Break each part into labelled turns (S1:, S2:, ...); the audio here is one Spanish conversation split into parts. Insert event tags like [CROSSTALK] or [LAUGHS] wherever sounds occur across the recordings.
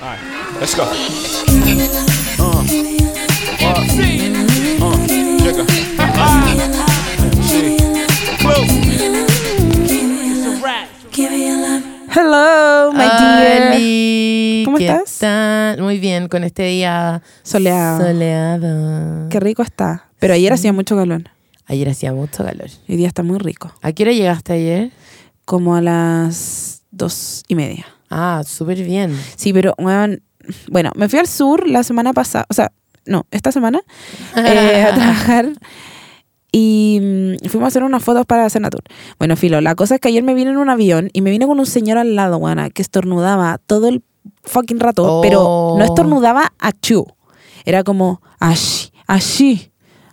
S1: All right, let's go. Uh, uh, uh, jigger. MC. Blue.
S2: Hello, Oh my dear.
S3: Oli,
S2: ¿Cómo
S3: ¿qué
S2: estás?
S3: tal? Muy bien, con este día
S2: Soleado.
S3: soleado.
S2: Qué rico está. Pero ayer hacía mucho calor.
S3: Ayer hacía mucho calor.
S2: Hoy día está muy rico.
S3: ¿A qué hora llegaste ayer?
S2: Como a las dos y media.
S3: Ah, súper bien.
S2: Sí, pero weón, bueno, me fui al sur la semana pasada, o sea, no, esta semana, eh, a trabajar y mm, fuimos a hacer unas fotos para Senatur. Bueno, filo, la cosa es que ayer me vine en un avión y me vine con un señor al lado, weona, que estornudaba todo el fucking rato,
S3: Oh.
S2: pero no estornudaba a chu. Era como, ashi, ashi,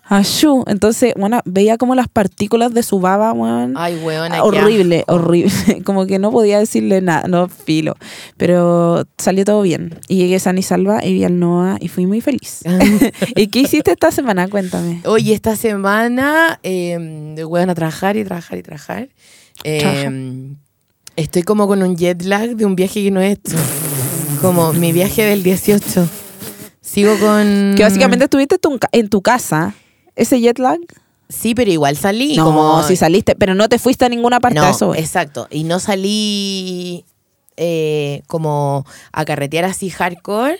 S2: ashu. Entonces, bueno, veía como las partículas de su baba, weón.
S3: Ay, huevona.
S2: Ah,
S3: qué
S2: horrible, horrible. [LAUGHS] Como que no podía decirle nada, no filo. Pero salió todo bien. Y llegué sana y salva y vi al Noah y fui muy
S3: [LAUGHS]
S2: feliz. [LAUGHS] ¿Y qué hiciste esta semana? Cuéntame.
S3: Hoy esta semana, eh, bueno, a trabajar y trabajar y trabajar. Eh,
S2: Trabajar.
S3: estoy como con un jet lag de un viaje que no es como mi viaje del 18. Sigo con...
S2: Que básicamente estuviste tú en ca- en tu casa. ¿Ese jet lag?
S3: Sí, pero igual salí.
S2: no,
S3: como
S2: si saliste, pero no te fuiste a ninguna parte
S3: no,
S2: a eso. güey.
S3: Exacto. Y no salí eh, como a carretear así hardcore.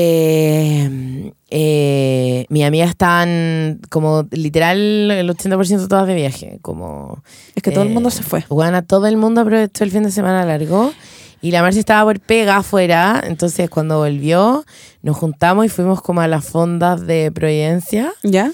S3: Porque eh, mis amigas están como literal el 80% todas de viaje. Como,
S2: Es que todo el mundo se fue.
S3: Bueno, todo el mundo aprovechó el fin de semana largo. Y la Marcia estaba por pega afuera. Entonces cuando volvió nos juntamos y fuimos como a las fondas de Providencia.
S2: ¿Ya?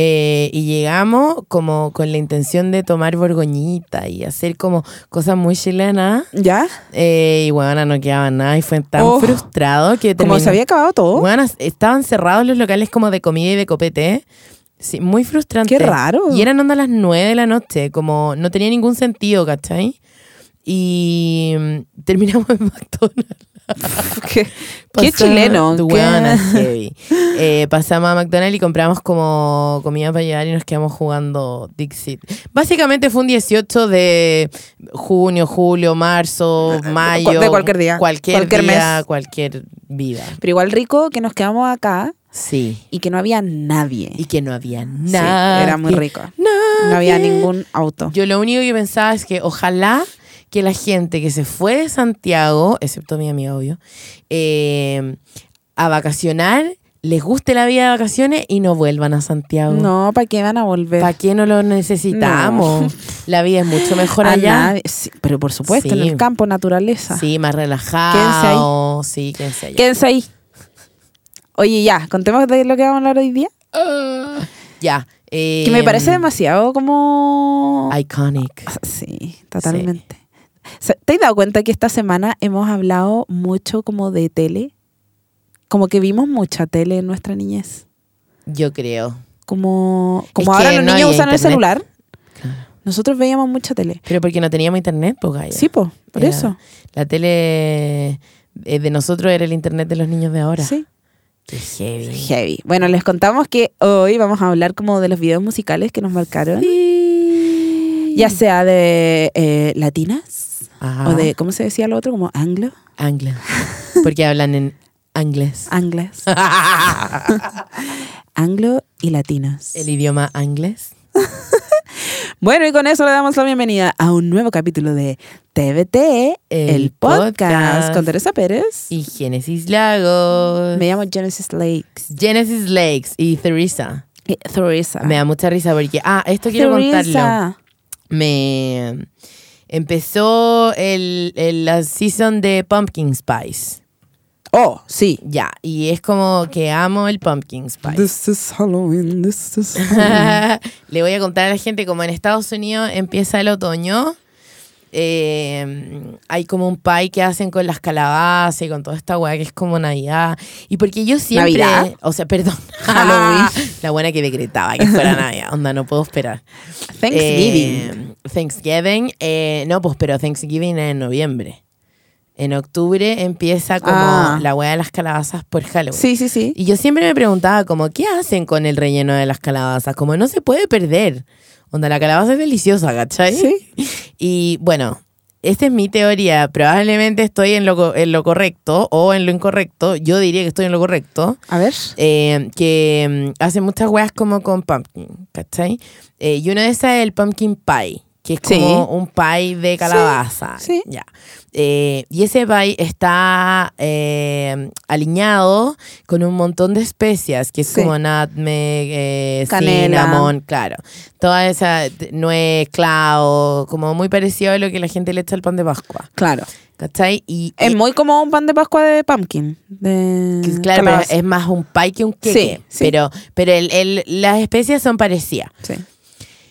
S3: Eh, y llegamos como con la intención de tomar borgoñita y hacer como cosas muy chilenas.
S2: ¿Ya?
S3: Eh, y bueno, no quedaba nada y fue tan
S2: Oh.
S3: frustrado que
S2: Como
S3: terminé-
S2: se había acabado todo.
S3: Hueona, estaban cerrados los locales como de comida y de copete. Sí, muy frustrante.
S2: Qué raro.
S3: Y eran onda a las 9 de la noche, como no tenía ningún sentido, ¿cachai? Y mm, [LAUGHS] terminamos en McDonald's.
S2: [LAUGHS] Qué, qué
S3: Pasamos-
S2: chileno. qué- [LAUGHS]
S3: Hueona, heavy. Eh, pasamos a McDonald's y compramos como comida para llevar y nos quedamos jugando Dixit. Básicamente fue un 18 de junio, julio, marzo, mayo.
S2: Ah, de cualquier día,
S3: Cualquier,
S2: cualquier
S3: día,
S2: mes.
S3: cualquier vida.
S2: Pero igual rico que nos quedamos acá
S3: Sí.
S2: y que no había nadie.
S3: Y que no había
S2: Sí,
S3: nada.
S2: era muy rico. No había ningún auto.
S3: Yo lo único que pensaba es que ojalá que la gente que se fue de Santiago, excepto mi amiga, obvio, eh, a vacacionar, les guste la vida de vacaciones y no vuelvan a Santiago.
S2: No, ¿para qué van a volver?
S3: ¿Para qué no lo necesitamos?
S2: No.
S3: [LAUGHS] La vida es mucho mejor
S2: A
S3: allá.
S2: nadie. Sí, pero por supuesto, en
S3: Sí.
S2: el campo, naturaleza.
S3: Sí, más
S2: Quédense
S3: relajado. Sí, quédense allá.
S2: Quédense ahí. Oye, ya, contemos de lo que vamos a hablar hoy día.
S3: Ya. eh,
S2: que me parece demasiado como...
S3: Iconic.
S2: Sí, totalmente. Se- ¿Te has dado cuenta que esta semana hemos hablado mucho como de tele? Como que vimos mucha tele en nuestra niñez.
S3: Yo creo.
S2: Como, como
S3: que
S2: ahora los
S3: no
S2: niños
S3: había
S2: usan el
S3: internet.
S2: celular,
S3: Claro.
S2: nosotros veíamos mucha tele.
S3: Pero porque no teníamos internet, pues Gaia.
S2: Sí, po, por
S3: Era-
S2: eso.
S3: La tele eh, de nosotros era el internet de los niños de ahora.
S2: Sí.
S3: Qué heavy.
S2: Heavy. Bueno, les contamos que hoy vamos a hablar como de los videos musicales que nos marcaron. Ya sea de eh, latinas
S3: Ajá.
S2: o de, ¿cómo se decía lo otro? Como anglo,
S3: Anglo. Porque hablan en inglés. [LAUGHS]
S2: anglas, anglo y latinos.
S3: el idioma inglés.
S2: Bueno, y con eso le damos la bienvenida a un nuevo capítulo de TVT, el,
S3: El
S2: podcast,
S3: podcast.
S2: con Teresa Pérez.
S3: Y Genesis Lagos.
S2: Me llamo Genesis Lakes.
S3: Genesis Lakes y Theresa.
S2: Eh, Theresa.
S3: Me da mucha risa porque. Ah, esto quiero contarlo.
S2: Theresa.
S3: Me. Empezó el, el- la season de Pumpkin Spice.
S2: Oh, sí.
S3: Ya, y es como que amo el Pumpkin Spice.
S2: This is Halloween, this is
S3: [LAUGHS] Le voy a contar a la gente como en Estados Unidos empieza el otoño. eh, hay como un pie que hacen con las calabazas y con toda esta weá que es como Navidad. Y porque yo siempre.
S2: ¿Navidad?
S3: O sea, perdón.
S2: [LAUGHS] Halloween.
S3: [LAUGHS] la buena que decretaba que fuera Navidad. Onda, no puedo esperar.
S2: Thanksgiving.
S3: Eh, Thanksgiving. eh, no, pues, pero Thanksgiving es en noviembre. En octubre empieza como
S2: Ah.
S3: la weá de las calabazas por Halloween.
S2: sí, sí, sí.
S3: Y yo siempre me preguntaba como, ¿qué hacen con el relleno de las calabazas? Como no se puede perder. Onda, la calabaza es deliciosa, ¿cachai?
S2: Sí.
S3: [LAUGHS] Y bueno, esta es mi teoría, probablemente estoy en lo, co- en lo correcto o en lo incorrecto, yo diría que estoy en lo correcto,
S2: A ver.
S3: eh, que mm, hace muchas weas como con pumpkin, ¿cachai? Eh, y una de esas es el pumpkin pie, que es
S2: Sí.
S3: como un pie de calabaza.
S2: sí.
S3: Ya. Eh, y ese pie está eh, aliñado con un montón de especias, que es
S2: Sí.
S3: como nutmeg, eh,
S2: Canela.
S3: cinnamon, claro. Toda esa t- nuez, clavo, como muy parecido a lo que la gente le echa al pan de Pascua,
S2: Claro.
S3: ¿cachai? Y,
S2: Es
S3: y-
S2: muy como un pan de Pascua de pumpkin. De
S3: que claro, pero
S2: calabaza.
S3: es más un pie que un queque.
S2: Mm, Sí, sí.
S3: Pero, pero el- el- las especias son parecidas.
S2: Sí.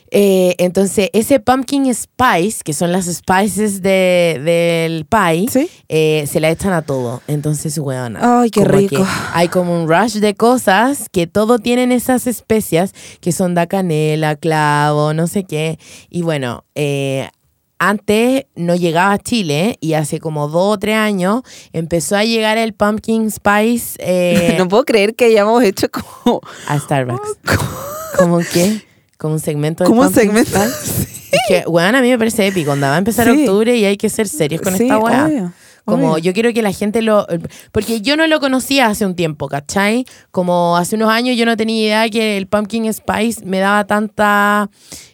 S3: Eh, entonces, ese pumpkin spice, que son las spices de- del pie,
S2: Sí.
S3: eh, se la echan a todo. Entonces, huevona.
S2: Ay, qué
S3: como
S2: rico.
S3: que Hay como un rush de cosas que todo tienen esas especias, que son da canela, clavo, no sé qué. Y bueno, eh, antes no llegaba a Chile y hace como dos o tres años empezó a llegar el pumpkin spice eh,
S2: [LAUGHS] no puedo creer que hayamos hecho como,
S3: a Starbucks. ¿Cómo qué? Como un segmento de
S2: como un
S3: pumpkin
S2: [LAUGHS] segmento.
S3: spice. Es que, weón, a mí me parece épico. Onda, va a empezar
S2: Sí.
S3: octubre y hay que ser serios con esta weá.
S2: obvio,
S3: Como
S2: obvio.
S3: yo quiero que la gente lo... Porque yo no lo conocía hace un tiempo, ¿cachai? Como hace unos años yo no tenía idea que el Pumpkin Spice me daba tanta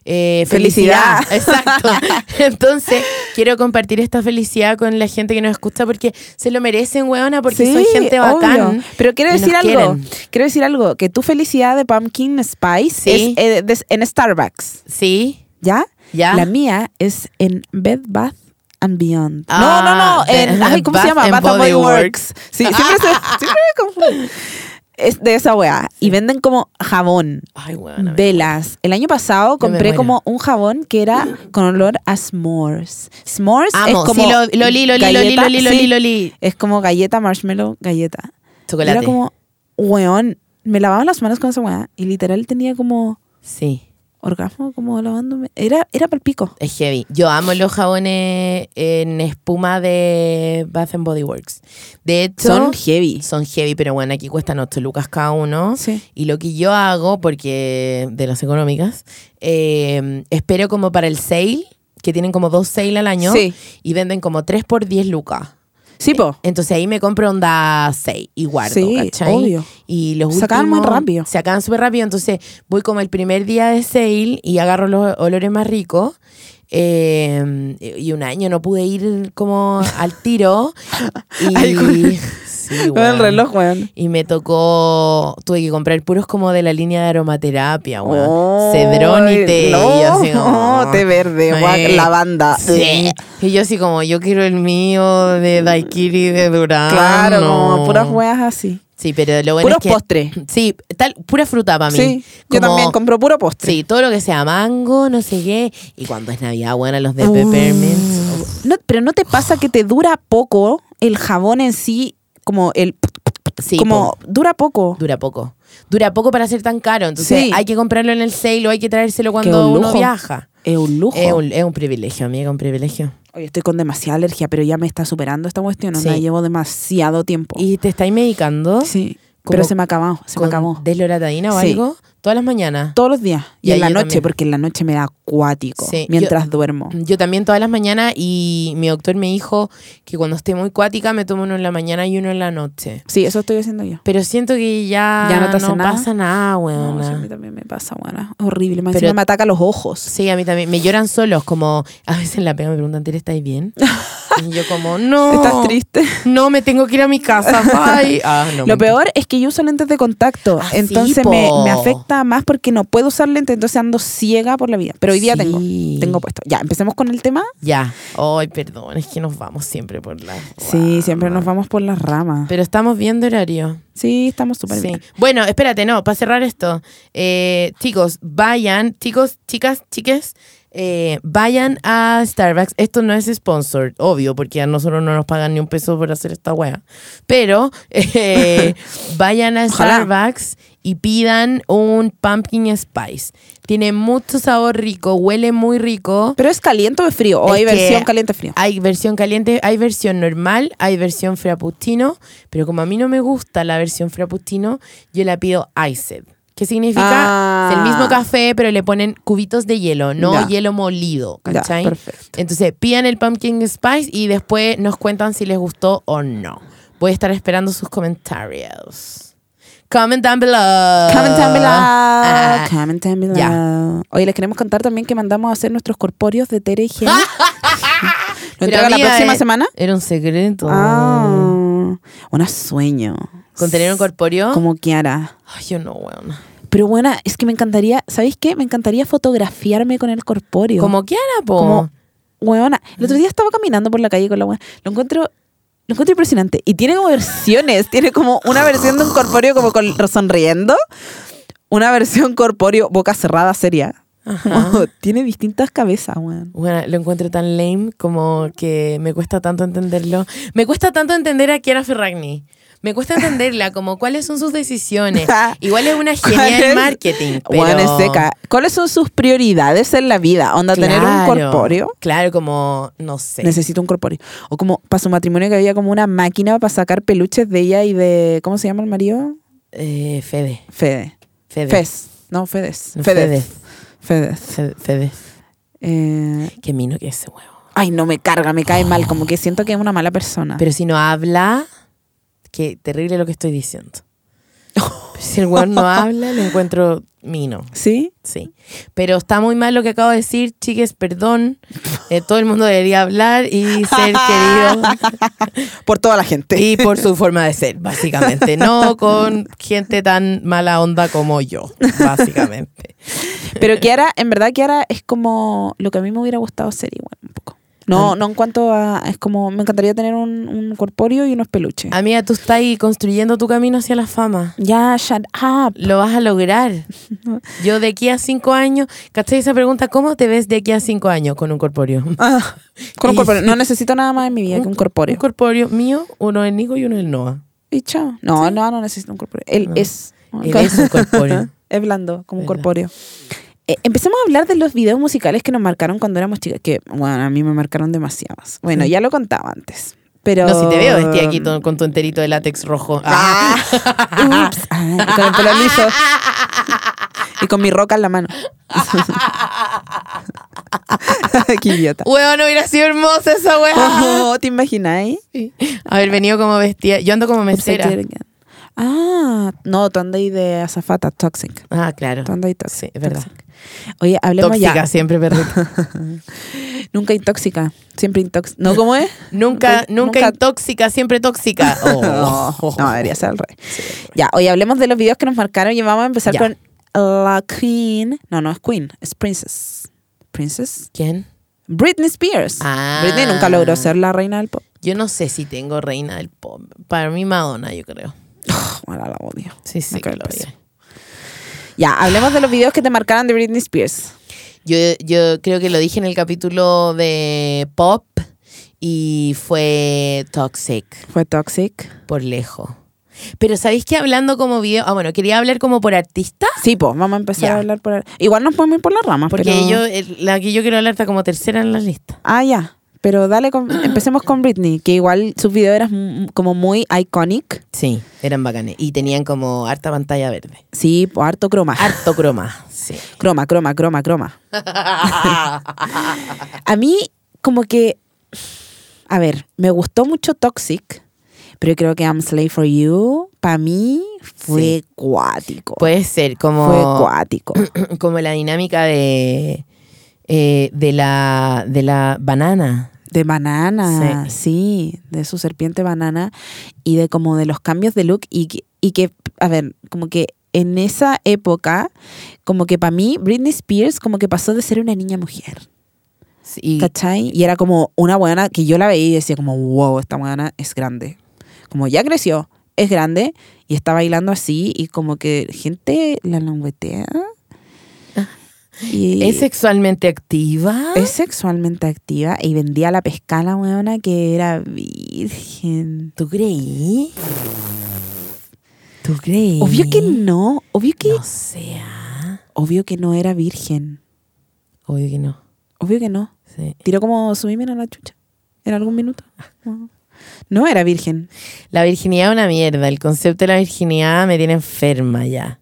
S3: eh, felicidad. [LAUGHS] Exacto. Entonces quiero compartir esta felicidad con la gente que nos escucha porque se lo merecen, weona, porque
S2: Sí,
S3: son gente bacán.
S2: obvio. Pero quiero
S3: y nos
S2: decir algo.
S3: quieren.
S2: Quiero decir algo. Que tu felicidad de Pumpkin Spice
S3: Sí.
S2: es eh, des- en Starbucks.
S3: Sí,
S2: ¿Ya?
S3: ya.
S2: La mía es en Bed Bath and Beyond.
S3: Ah,
S2: no, no, no. En,
S3: Bed-
S2: ay, ¿Cómo
S3: Bath
S2: se llama?
S3: and
S2: Bath and
S3: Body
S2: Body Works. Sí, siempre,
S3: [LAUGHS]
S2: se, siempre me confundo. Es de esa weá. Y venden como jabón.
S3: Ay, weona. Ah, me-
S2: Velas. El año pasado compré
S3: muero.
S2: como un jabón que era con olor a s'mores. S'mores
S3: Amo,
S2: es como
S3: sí, lo, lo li, lo li, lo li,
S2: galleta-
S3: lo li, lo
S2: sí,
S3: li, lo li.
S2: Es como galleta, marshmallow, galleta. Y
S3: Chocolate.
S2: Era como, weón, me lavaba las manos con esa weá y literal tenía como
S3: Sí.
S2: orgasmo como lavándome. Era, era para pico.
S3: Es heavy. Yo amo los jabones en espuma de Bath and Body Works. De hecho,
S2: Son heavy.
S3: son heavy, pero bueno, aquí cuestan 8 lucas cada uno.
S2: Sí.
S3: Y lo que yo hago, porque de las económicas, eh, espero como para el sale, que tienen como dos sale al año,
S2: Sí.
S3: y venden como 3 por 10 lucas.
S2: Sí, po.
S3: Entonces ahí me compro onda 6 y guardo,
S2: Sí,
S3: ¿cachai?
S2: obvio.
S3: Y los
S2: Se acaban muy
S3: últimos-
S2: rápido.
S3: Se acaban súper rápido. Entonces voy como el primer día de sale y agarro los olores más ricos. Eh, y un año no pude ir como al
S2: [LAUGHS]
S3: tiro. y
S2: Ay, con-
S3: Sí,
S2: Con el
S3: weón.
S2: reloj, weón.
S3: Y me tocó, tuve que comprar puros como de la línea de aromaterapia, weón. Cedrón y
S2: Ay,
S3: té. Y
S2: Oh, No,
S3: yo así
S2: [LAUGHS]
S3: como,
S2: té verde, guac,
S3: eh,
S2: lavanda.
S3: Sí. Y yo así como, yo quiero el mío de daiquiri de durazno.
S2: Claro, como puras weas así.
S3: Sí, pero lo Ah, bueno
S2: Puros
S3: es que...
S2: postres.
S3: [CLEARS THROAT] Sí, tal, pura fruta para mí.
S2: Sí, yo
S3: Como-
S2: también compro puro postre.
S3: Sí, todo lo que sea mango, no sé qué. Y cuando es Navidad, bueno, los
S2: Uh,
S3: de peppermint. uf.
S2: No, pero ¿no te pasa que te dura poco el jabón en sí? Como el...
S3: Sí,
S2: como dura poco.
S3: po, dura poco. Dura poco para ser tan caro. Entonces
S2: Sí.
S3: hay que comprarlo en el sale o hay que traérselo
S2: un
S3: cuando uno
S2: lujo.
S3: viaja.
S2: Es un lujo.
S3: Es un, es un privilegio, amiga, un privilegio.
S2: Oye, estoy con demasiada alergia, pero ya me está superando esta cuestión.
S3: Sí.
S2: onda, llevo demasiado tiempo.
S3: ¿Y te estáis medicando?
S2: sí,
S3: como
S2: pero se me acabó, se me
S3: con
S2: acabó.
S3: ¿Desloratadina o
S2: Sí.
S3: algo? Todas las mañanas.
S2: Todos los días. Y,
S3: Y
S2: en la
S3: yo
S2: noche,
S3: también.
S2: porque en la noche me da acuático
S3: Sí, Mm.
S2: mientras duermo.
S3: Yo también todas las mañanas y mi doctor me dijo que cuando esté muy cuática me tomo uno en la mañana y uno en la noche.
S2: Sí, eso estoy haciendo yo.
S3: Pero siento que ya,
S2: ¿Ya no te hace nada?
S3: pasa nada, weona.
S2: No, sí, a mí también me pasa, bueno, horrible. Más
S3: Pero-
S2: encima me ataca los ojos.
S3: Sí, a mí también. Me lloran solos, como a veces en la pega me preguntan, ¿Tere,
S2: [LAUGHS]
S3: ¿estáis bien? y yo como, no.
S2: ¿Estás triste?
S3: No, me tengo que ir a mi casa. [LAUGHS] Bye. Ah, no,
S2: Lo
S3: mentira.
S2: peor es que yo uso lentes de contacto,
S3: Ah, sí,
S2: entonces me,
S3: po.
S2: me afecta más porque no puedo usar lentes, entonces ando ciega por la vida. Pero hoy día
S3: Sí.
S2: tengo, tengo puesto. Ya, empecemos con el tema.
S3: Ya. Ay, perdón, es que nos vamos siempre por la.
S2: Sí, siempre nos vamos por las ramas.
S3: Pero estamos viendo horario.
S2: Sí, estamos súper
S3: Sí.
S2: bien.
S3: Bueno, espérate, no, para cerrar esto. eh, chicos, vayan, chicos, chicas, chiques, eh, vayan a Starbucks. Esto no es sponsor, obvio, porque a nosotros no nos pagan ni un peso por hacer esta wea. Pero [LAUGHS] eh, vayan a
S2: Ojalá.
S3: Starbucks y pidan un pumpkin spice. Tiene mucho sabor rico, huele muy rico.
S2: Pero es caliente o es frío, o
S3: Es
S2: hay
S3: que-
S2: versión caliente frío.
S3: Hay versión caliente, hay versión normal, hay versión frappuccino, pero como a mí no me gusta la versión frappuccino, yo la pido iced. que significa
S2: Ah.
S3: es el mismo café, pero le ponen cubitos de hielo, no
S2: Ya.
S3: hielo molido,
S2: Ya,
S3: ¿cachai?
S2: perfecto.
S3: Entonces, pidan el pumpkin spice y después nos cuentan si les gustó o no. Voy a estar esperando sus comentarios. Comment down below.
S2: Comment down below.
S3: Ah.
S2: Comment down below. Oye, les queremos contar también que mandamos a hacer nuestros corpóreos de Tere y Gene.
S3: [LAUGHS]
S2: Lo
S3: Pero,
S2: entrega la
S3: amiga,
S2: próxima
S3: eh,
S2: semana.
S3: Era un secreto.
S2: Ah, una sueño.
S3: Con tener un corpóreo.
S2: Como Kiara.
S3: Ay, yo no, weón.
S2: Pero bueno, es que me encantaría, ¿sabéis qué? Me encantaría fotografiarme con el corpóreo.
S3: Como Mm. Kiara, po.
S2: Como, weona. El otro día estaba caminando por la calle con la weona. Lo encuentro, lo encuentro impresionante. Y tiene como versiones. tiene como una versión de un corpóreo como con, sonriendo. Una versión corpóreo boca cerrada seria. [LAUGHS] Como, tiene distintas cabezas, weón.
S3: Bueno, lo encuentro tan lame como que me cuesta tanto entenderlo. Me cuesta tanto entender a Kiara Ferragni. Me cuesta entenderla, [LAUGHS] como cuáles son
S2: [LAUGHS]
S3: sus decisiones. Igual es una genial
S2: ¿Cuál es?
S3: en marketing. Pero...
S2: Weón, es seca. ¿Cuáles son sus prioridades en la vida? Onda, tener un
S3: Claro,
S2: corpóreo.
S3: Claro, como, no sé.
S2: Necesito un corpóreo. O como para su matrimonio que había como una máquina para sacar peluches de ella y de. ¿Cómo se llama el marido?
S3: Eh, Fede.
S2: Fede.
S3: Fede.
S2: Fez. No, Fedes.
S3: No,
S2: Fedez.
S3: Fede.
S2: Fedez.
S3: Fede. Fede.
S2: Eh,
S3: Qué mino que es ese huevo.
S2: ay, no me carga, me cae mal. Como que siento que es una mala persona.
S3: Pero si no habla, qué terrible lo que
S2: [LAUGHS]
S3: estoy diciendo. Pero si el weón no habla, lo encuentro mino.
S2: ¿Sí?
S3: Sí. Pero está muy mal lo que acabo de decir, chiques, perdón. Eh, todo el mundo debería hablar y ser querido.
S2: Por toda la gente.
S3: Y por su forma de ser, básicamente. No con gente tan mala onda como yo, básicamente.
S2: Pero Kiara, en verdad, Kiara es como lo que a mí me hubiera gustado ser igual, un poco. No, no en cuanto a. Es como. Me encantaría tener un, un corpóreo y unos peluches.
S3: Amiga, tú estás ahí construyendo tu camino hacia la fama.
S2: Ya, shut up.
S3: Lo vas a lograr. Yo de aquí a cinco años, ¿cachai? Esa pregunta, ¿cómo te ves de aquí a cinco años con un corpóreo?
S2: Ah, con un
S3: Y-
S2: corpóreo. No necesito nada más en mi vida que un corpóreo.
S3: Un corpóreo mío, uno del Nico y uno del Noah.
S2: Y chao. No, no, no necesito un corpóreo. Él
S3: No.
S2: es.
S3: Él es un corpóreo.
S2: [LAUGHS] es blando, como un
S3: ¿Verdad?
S2: corpóreo. Eh, empecemos a hablar de los videos musicales que nos marcaron cuando éramos chicas, que bueno, a mí me marcaron demasiados. Bueno, ya lo contaba antes. Pero.
S3: No, si te veo vestida aquí to- con tu enterito de látex rojo. [LAUGHS] Ah.
S2: Ups. Ay, y con el pelo
S3: [LAUGHS]
S2: liso. Y con mi roca en la mano. Qué idiota.
S3: Huevón, hubiera sido hermosa
S2: [LAUGHS]
S3: esa hueá.
S2: Oh, ¿Te imagináis?
S3: Haber venido como vestida. Yo ando como mesera.
S2: Upside down again. Ah, no, tú andas ahí de azafata, toxic.
S3: Ah, claro.
S2: Tú andas ahí
S3: Sí,
S2: toxic.
S3: es verdad.
S2: toxic. Oye, hablemos
S3: Tóxica
S2: ya. [LAUGHS]
S3: siempre, perrito.
S2: Nunca intóxica. Siempre intóxica. ¿No cómo es?
S3: nunca, nunca,
S2: Nunca-
S3: tóxica,
S2: [LAUGHS]
S3: siempre tóxica. [LAUGHS] Oh.
S2: No, debería ser al revés. Ya, hoy hablemos de los videos que nos marcaron y vamos a empezar
S3: Ya.
S2: con la Queen. No, no es Queen, es Princess. Princess.
S3: ¿Quién?
S2: Britney Spears.
S3: Ah.
S2: Britney nunca logró ser la reina del pop. [SIGHS]
S3: Yo no sé si tengo reina del pop. Para mí, Madonna, yo creo.
S2: Ahora la odio.
S3: Sí, sí,
S2: Me
S3: que
S2: cae
S3: lo
S2: pésimo.
S3: odia.
S2: Ya, hablemos de los videos que te marcaron de Britney Spears.
S3: Yo, yo creo que lo dije en el capítulo de pop y fue Toxic.
S2: Fue Toxic.
S3: Por lejos. Pero ¿sabéis que hablando como video... Ah, bueno, quería hablar como por artista.
S2: Sí, pues, vamos a empezar
S3: Ya.
S2: a hablar por... Igual nos podemos ir por las ramas,
S3: Porque
S2: pero-
S3: yo, el- la que yo quiero hablar está como tercera en la lista.
S2: Ah, ya. Pero dale, con- empecemos con Britney, que igual sus videos eran m- como muy iconic.
S3: Sí, eran bacanes. Y tenían como harta pantalla verde.
S2: Sí, po, harto croma.
S3: Harto croma. Ah. Sí.
S2: Croma, croma, croma, croma. A mí, como que. A ver, me gustó mucho Toxic, pero creo que I'm Slave for You, para mí, fue cuático.
S3: Puede ser
S2: Fue
S3: como,
S2: cuático.
S3: [CLEARS THROAT] como la dinámica de, eh, de, la, de la banana.
S2: De banana, sí. de su serpiente banana y de como de los cambios de look y, que- y que, a ver, como que en esa época, como que para mí Britney Spears como que pasó de ser una niña mujer,
S3: Sí.
S2: ¿cachai? Y era como una buena que yo la veía y decía como, wow, esta buena es grande. Como ya creció, es grande y está bailando así y como que gente la languetea. Ah. Y
S3: ¿Es sexualmente activa?
S2: es sexualmente activa y vendía la pescala, weona, que era virgen.
S3: ¿Tú creí? ¿Tú creí?
S2: Obvio que no, obvio que,
S3: No sea.
S2: obvio que no era virgen.
S3: Obvio que no.
S2: Obvio que no.
S3: Sí.
S2: Tiró como su mimina a la chucha en algún minuto. No. No era virgen.
S3: La virginidad es una mierda. El concepto de la virginidad me tiene enferma ya.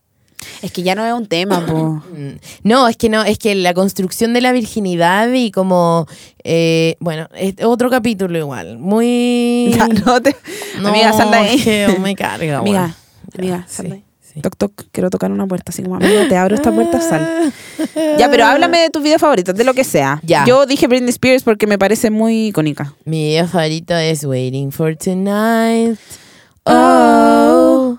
S2: Es que ya no es un tema, [COUGHS] po.
S3: Mm, No, es que no, es que la construcción de la virginidad y como eh, bueno, es otro capítulo igual. Muy
S2: [LAUGHS] Ya, no te-
S3: No,
S2: Amiga, sal de
S3: es que
S2: ahí.
S3: me
S2: [LAUGHS]
S3: carga,
S2: Amiga,
S3: bueno.
S2: amiga,
S3: Sí,
S2: sal de ahí.
S3: sí.
S2: Toc, toc, quiero tocar una puerta. Así como, amiga, te abro esta puerta, sal. Ya, pero háblame de tus videos favoritos, de lo que sea.
S3: Ya.
S2: Yo dije Britney Spears porque me parece muy icónica.
S3: Mi video favorito es Waiting for Tonight. Oh,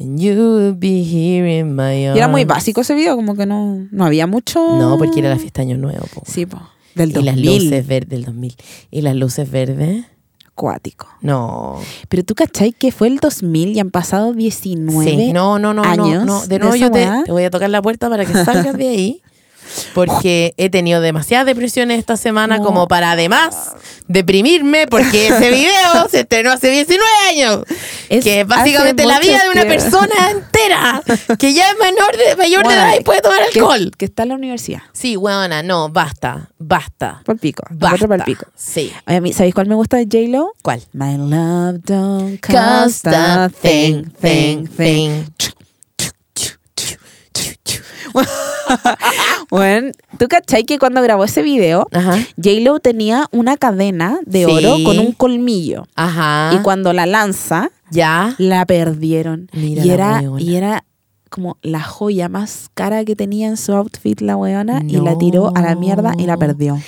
S3: and you will be here in my arms.
S2: Y era muy básico ese video, como que no, no había mucho.
S3: No, porque era la fiesta de Año Nuevo. po.
S2: Sí, po. Del
S3: y las
S2: 2000.
S3: luces verdes del 2000. Y las luces verdes.
S2: Acuático.
S3: No.
S2: Pero tú cachai que fue el 2000 y han pasado 19.
S3: Sí, no, no, no, no,
S2: años
S3: no.
S2: de
S3: De nuevo
S2: esa
S3: yo te,
S2: weá.
S3: te voy a tocar la puerta para que salgas
S2: [LAUGHS]
S3: de ahí. Porque he tenido demasiadas depresiones esta semana
S2: Oh. No.
S3: como para además deprimirme porque ese
S2: [LAUGHS]
S3: video se estrenó hace 19 años.
S2: Es
S3: que es básicamente
S2: hace
S3: la vida
S2: mucho
S3: de una
S2: tiempo. [LAUGHS]
S3: persona entera que ya es menor de, mayor de
S2: Bueno,
S3: edad y puede tomar
S2: que-
S3: alcohol.
S2: Que, está en la universidad.
S3: Sí, weona, no, basta, basta.
S2: Por pico.
S3: Basta.
S2: Otro por pico.
S3: Sí.
S2: Oye, a mí, ¿sabéis cuál me gusta de J-Lo?
S3: ¿Cuál?
S2: My love don't cost a thing, thing, thing. Bueno, ¿tú cachai que cuando grabó ese video,
S3: Ajá.
S2: J-Lo tenía una cadena de
S3: Sí.
S2: oro con un colmillo?
S3: Ajá.
S2: Y cuando la lanza,
S3: ya.
S2: la perdieron.
S3: Mira
S2: y,
S3: la
S2: era,
S3: weona.
S2: y era como la joya más cara que tenía en su outfit la weona y
S3: No.
S2: la tiró a la mierda y la perdió.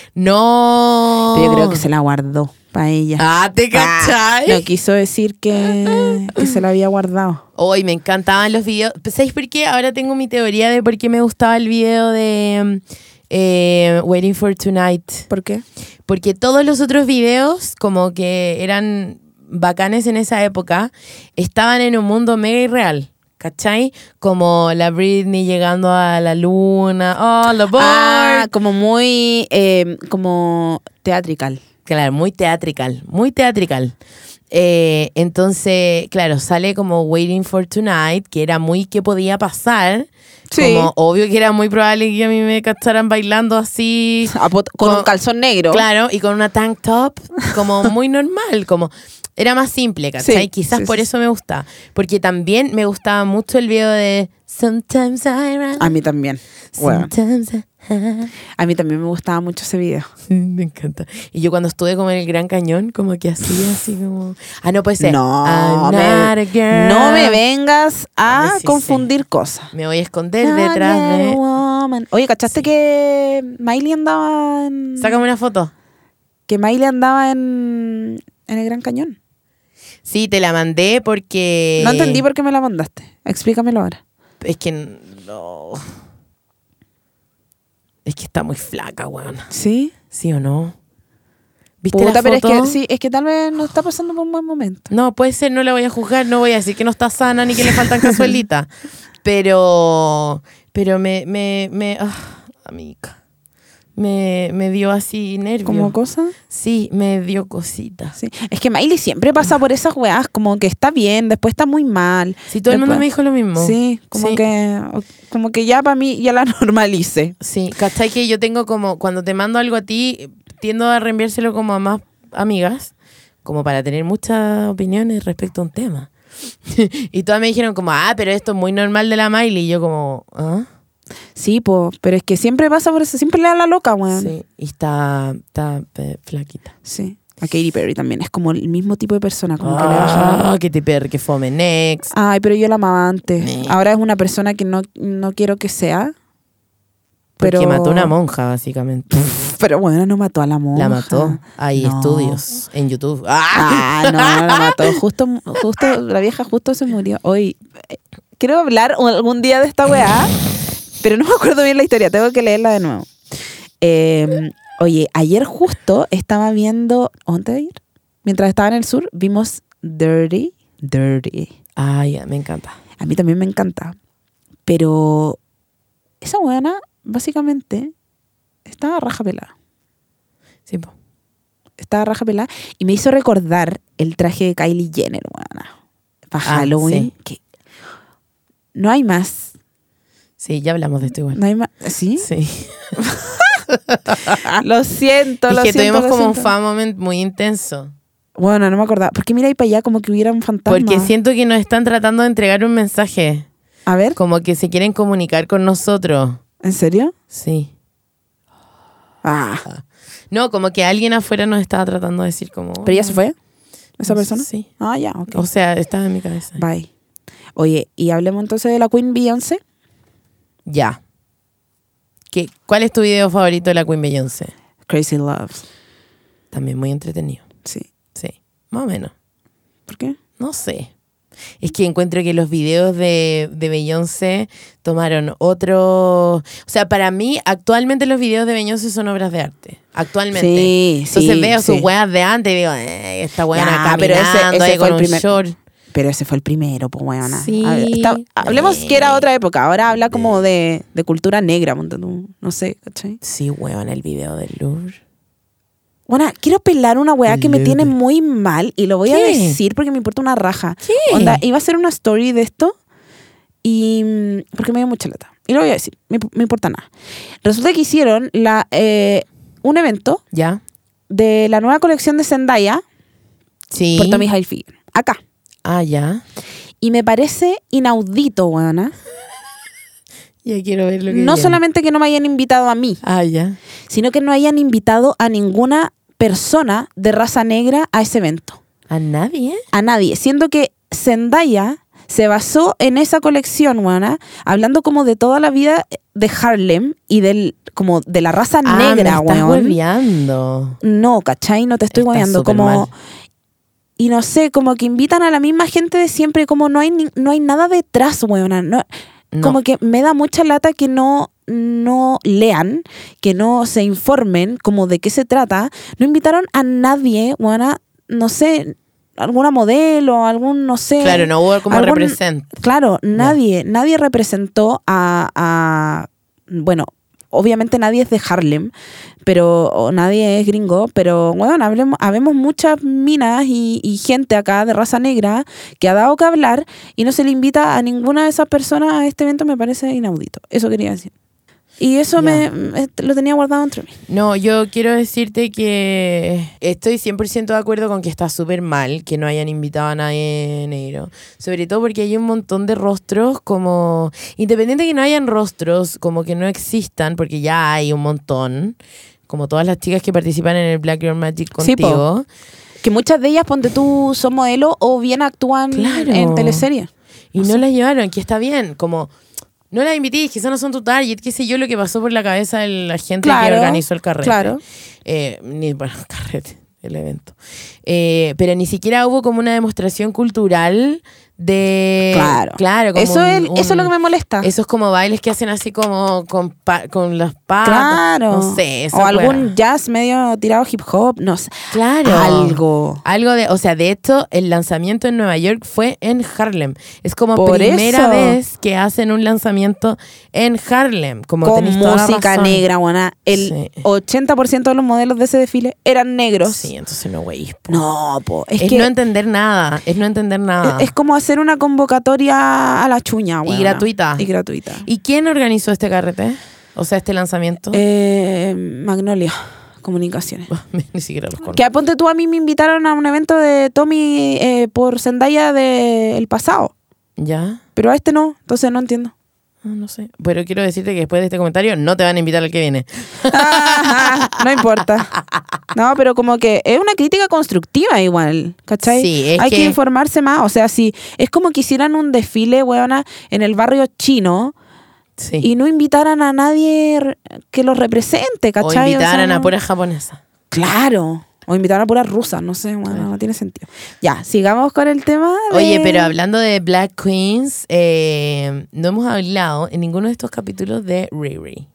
S3: No.
S2: Pero yo creo que se la guardó para ella.
S3: Ah, ¿te
S2: Ah, no
S3: cachai?
S2: quiso decir que, que se la había guardado.
S3: Hoy me encantaban los videos. ¿Sabéis por qué? Ahora tengo mi teoría de por qué me gustaba el video de mm, eh, Waiting for Tonight.
S2: ¿Por qué?
S3: Porque todos los otros videos, como que eran bacanes en esa época, estaban en un mundo mega irreal. ¿Cachai? Como la Britney llegando a la luna, Oh, all aboard.
S2: Ah, como muy eh, como teatrical.
S3: Claro, muy teatrical, muy teatrical. Eh, entonces, claro, sale como Waiting for Tonight, que era muy que podía pasar.
S2: Sí.
S3: Como obvio que era muy probable que a mí me captaran bailando así.
S2: A pot- con,
S3: Con-
S2: un calzón negro.
S3: Claro, y con una tank top, como muy normal, como era más simple, ¿cachai?
S2: Sí,
S3: Quizás
S2: sí,
S3: por
S2: sí.
S3: eso me gusta. Porque también me gustaba mucho el video de Sometimes I run.
S2: A mí también. Ah, Bueno,
S3: Sometimes I hide".
S2: a mí también me gustaba mucho ese video.
S3: Sí, [LAUGHS] me encanta. Y yo cuando estuve como en el Gran Cañón, como que hacía así como... Ah, no puede ser.
S2: No,
S3: I'm not a
S2: me,
S3: girl.
S2: no me vengas a
S3: Ay, sí,
S2: confundir cosas.
S3: Me voy a esconder
S2: Not
S3: detrás
S2: a
S3: de...
S2: woman. Oye, ¿cachaste que Miley andaba en.
S3: Sácame una foto.
S2: Que Miley andaba en. en el Gran Cañón.
S3: Sí, te la mandé porque...
S2: No entendí por qué me la mandaste. Explícamelo ahora.
S3: Es que... No. Es que está muy flaca, weón.
S2: ¿Sí?
S3: ¿Sí o no? ¿Viste
S2: Puta,
S3: la
S2: pero es
S3: foto?
S2: que, sí, es que tal vez no está pasando por un buen momento.
S3: No, puede ser, no la voy a juzgar, no voy a decir que no está sana ni que le faltan cazuelitas. Pero, pero me, me, me, ah, amiga, me, me dio así nervio.
S2: Como cosa.
S3: sí, me dio cositas.
S2: Sí. Es que Miley siempre pasa por esas weas, como que está bien, después está muy mal.
S3: Sí, todo el mundo
S2: Después-
S3: me dijo lo mismo.
S2: Sí, como
S3: Sí.
S2: que como que ya para mí ya la [LAUGHS] normalice.
S3: Sí, ¿cachai? Que yo tengo como, cuando te mando algo a ti, tiendo a reenviárselo como a más amigas, como para tener muchas opiniones respecto a un tema. [LAUGHS] y todas me dijeron como, ah, pero esto es muy normal de la Miley. Y yo como, ah,
S2: Sí, po, pero es que siempre pasa por eso, siempre le da la loca, weón. Sí.
S3: sí. Y está, está eh, flaquita.
S2: A Katy Perry también, es como el mismo tipo de persona, como que le baja la-
S3: Ah, que te perre, que fome, next.
S2: Ay, pero yo la amaba antes.
S3: Sí.
S2: Ahora es una persona que no, no quiero que sea.
S3: Porque
S2: Pero
S3: mató una monja, básicamente.
S2: Pero bueno, no mató a la monja.
S3: La mató. Hay
S2: No.
S3: estudios en YouTube. ¡Ah!
S2: Ah, no, la mató. Justo, justo, la vieja justo se murió. Hoy, eh, quiero hablar un- algún día de esta weá, pero no me acuerdo bien la historia, tengo que leerla de nuevo. Eh, oye, ayer justo estaba viendo, ¿dónde ayer? Mientras estaba en el sur, vimos Dirty, Dirty.
S3: Ay, me encanta.
S2: A mí también me encanta, pero esa weá básicamente estaba raja pelada
S3: Sí, po.
S2: estaba raja pelada y me hizo recordar el traje de Kylie Jenner, weona. Para
S3: Ah,
S2: Halloween. Que no hay más.
S3: sí ya hablamos de esto igual.
S2: No hay más. ¿Sí? [LAUGHS]
S3: [LAUGHS] Sí.
S2: Lo siento,
S3: y
S2: lo
S3: que
S2: siento,
S3: tuvimos
S2: lo
S3: como un
S2: siento.
S3: fan moment muy intenso.
S2: Bueno, no me acordaba. Porque mira ahí para allá como que hubiera un fantasma.
S3: Porque siento que nos están tratando de entregar un mensaje.
S2: A ver,
S3: Como que se quieren comunicar con nosotros.
S2: ¿en serio?
S3: Sí.
S2: Ah.
S3: No, como que alguien afuera nos estaba tratando de decir como...
S2: ¿Pero ya se fue esa
S3: No sé,
S2: persona?
S3: sí.
S2: Ah, ya, ok.
S3: O sea, estaba en mi cabeza.
S2: Bye. Oye, y hablemos entonces de la Queen Beyoncé.
S3: Ya. ¿Qué, ¿Cuál es tu video favorito de la Queen Beyoncé?
S2: Crazy Love.
S3: También muy entretenido.
S2: Sí.
S3: Sí, más o menos.
S2: ¿Por qué?
S3: No sé. Es que encuentro que los videos de, de Beyoncé tomaron otro... O sea, para mí, actualmente los videos de Beyoncé son obras de arte. Actualmente.
S2: Sí,
S3: Entonces
S2: sí,
S3: veo
S2: sí.
S3: sus weas de antes y digo, eh, esta wea
S2: Ya,
S3: caminando
S2: pero ese- ese fue
S3: ahí con
S2: el
S3: un
S2: primer-
S3: short.
S2: Pero ese fue el primero, pues, weona.
S3: Sí.
S2: A ver, está- hablemos
S3: Eh.
S2: que era otra época. Ahora habla como de, de cultura negra, ponte tú. No sé, ¿cachai?
S3: Sí, weón, el video del Louvre.
S2: Bueno, quiero pelar una weá que me
S3: Leve.
S2: tiene muy mal y lo voy a
S3: ¿Qué?
S2: decir porque me importa una raja.
S3: ¿Qué?
S2: Onda, iba a hacer una story de esto y. mm, porque me dio mucha lata. Y lo voy a decir, me, me importa nada. Resulta que hicieron la, eh, un evento
S3: ¿Ya?
S2: de la nueva colección de Zendaya
S3: Sí.
S2: por Tommy Hilfiger. Acá.
S3: Ah, ya.
S2: Y me parece inaudito, weona.
S3: Ya quiero ver lo que
S2: No
S3: viene.
S2: solamente que no me hayan invitado a mí,
S3: Ah, ya.
S2: sino que no hayan invitado a ninguna persona de raza negra a ese evento.
S3: A nadie.
S2: a nadie, siendo que Zendaya se basó en esa colección, weona, hablando como de toda la vida de Harlem y del como de la raza negra,
S3: Ah, me estás
S2: weón.
S3: hueveando.
S2: No, ¿cachai? No te estoy
S3: Está
S2: guayando.
S3: súper
S2: Como.
S3: mal.
S2: Y no sé, como que invitan a la misma gente de siempre, y como no hay, ni- no hay nada detrás, weona. No,
S3: No.
S2: Como que me da mucha lata que no, no lean, que no se informen como de qué se trata. No invitaron a nadie, weona, no sé, alguna modelo, algún, no sé.
S3: Claro, no hubo como
S2: Eh, algún-
S3: represent.
S2: Claro, nadie, nadie representó a, a- bueno, obviamente nadie es de Harlem, pero o nadie es gringo, pero bueno, hablemos, habemos muchas minas y, y gente acá de raza negra que ha dado que hablar y no se le invita a ninguna de esas personas a este evento, me parece inaudito. Eso quería decir. Y eso
S3: Ya.
S2: me eh, lo tenía guardado entre mí.
S3: No, yo quiero decirte que estoy 100% de acuerdo con que está súper mal que no hayan invitado a nadie negro. Sobre todo porque hay un montón de rostros como... Independiente de que no hayan rostros, como que no existan, porque ya hay un montón. Como todas las chicas que participan en el Black Girl Magic
S2: Sí, po.
S3: contigo.
S2: Que muchas de ellas, ponte tú, son modelos o bien actúan
S3: Claro.
S2: en teleseries.
S3: Y no las llevaron, que está bien, como no las invitís, quizás no son tu target, qué sé yo lo que pasó por la cabeza de la gente que
S2: Claro,
S3: organizó el carrete.
S2: claro.
S3: Eh, ni, bueno, [LAUGHS] carrete, el evento. Eh, pero ni siquiera hubo como una demostración cultural de...
S2: Claro.
S3: Claro, como
S2: Eso,
S3: un-
S2: es, eso es lo
S3: un-
S2: que me molesta.
S3: Esos como bailes que hacen así como con, pa- con las patas.
S2: Claro.
S3: Ah, No sé. esa
S2: o algún
S3: hueá.
S2: jazz medio tirado hip hop, no sé.
S3: Claro.
S2: Algo.
S3: Algo de, o sea, de hecho, el lanzamiento en Nueva York fue en Harlem. Es como
S2: Por
S3: primera
S2: eso.
S3: vez que hacen un lanzamiento en Harlem. Como
S2: con
S3: tenés toda la
S2: música
S3: razón.
S2: negra, buena. El
S3: Sí.
S2: 80% de los modelos de ese desfile eran negros.
S3: Sí, entonces no, güey.
S2: No, po.
S3: Es,
S2: Es, que e-,
S3: no entender nada. Es no entender nada.
S2: es, es como hacer una convocatoria a la chuña,
S3: Y
S2: weona.
S3: gratuita.
S2: Y gratuita.
S3: ¿Y quién organizó este carrete? O sea, este lanzamiento.
S2: Eh, Magnolia, comunicaciones.
S3: [LAUGHS] Ni siquiera los conozco.
S2: Que ponte tú a mí me invitaron a un evento de Tommy eh, por Zendaya del pasado,
S3: ¿Ya?
S2: pero a este no, entonces no entiendo.
S3: Ah, No sé. Pero quiero decirte que después de este comentario no te van a invitar al que viene.
S2: [LAUGHS] no importa. No, pero como que es una crítica constructiva igual, ¿cachai?
S3: Sí, es
S2: Hay que...
S3: que-
S2: informarse más. O sea, si es como que hicieran un desfile, weona, en el barrio chino
S3: Sí.
S2: y no invitaran a nadie re- que los represente,
S3: o
S2: ¿cachai? sea,
S3: invitaran a
S2: no-
S3: pura japonesa.
S2: Claro. O invitaran a puras rusas, no sé, weona,
S3: Claro.
S2: no tiene sentido. Ya, sigamos con el tema de-
S3: Oye, pero hablando de Black Queens, eh, no hemos hablado en ninguno de estos capítulos de Riri.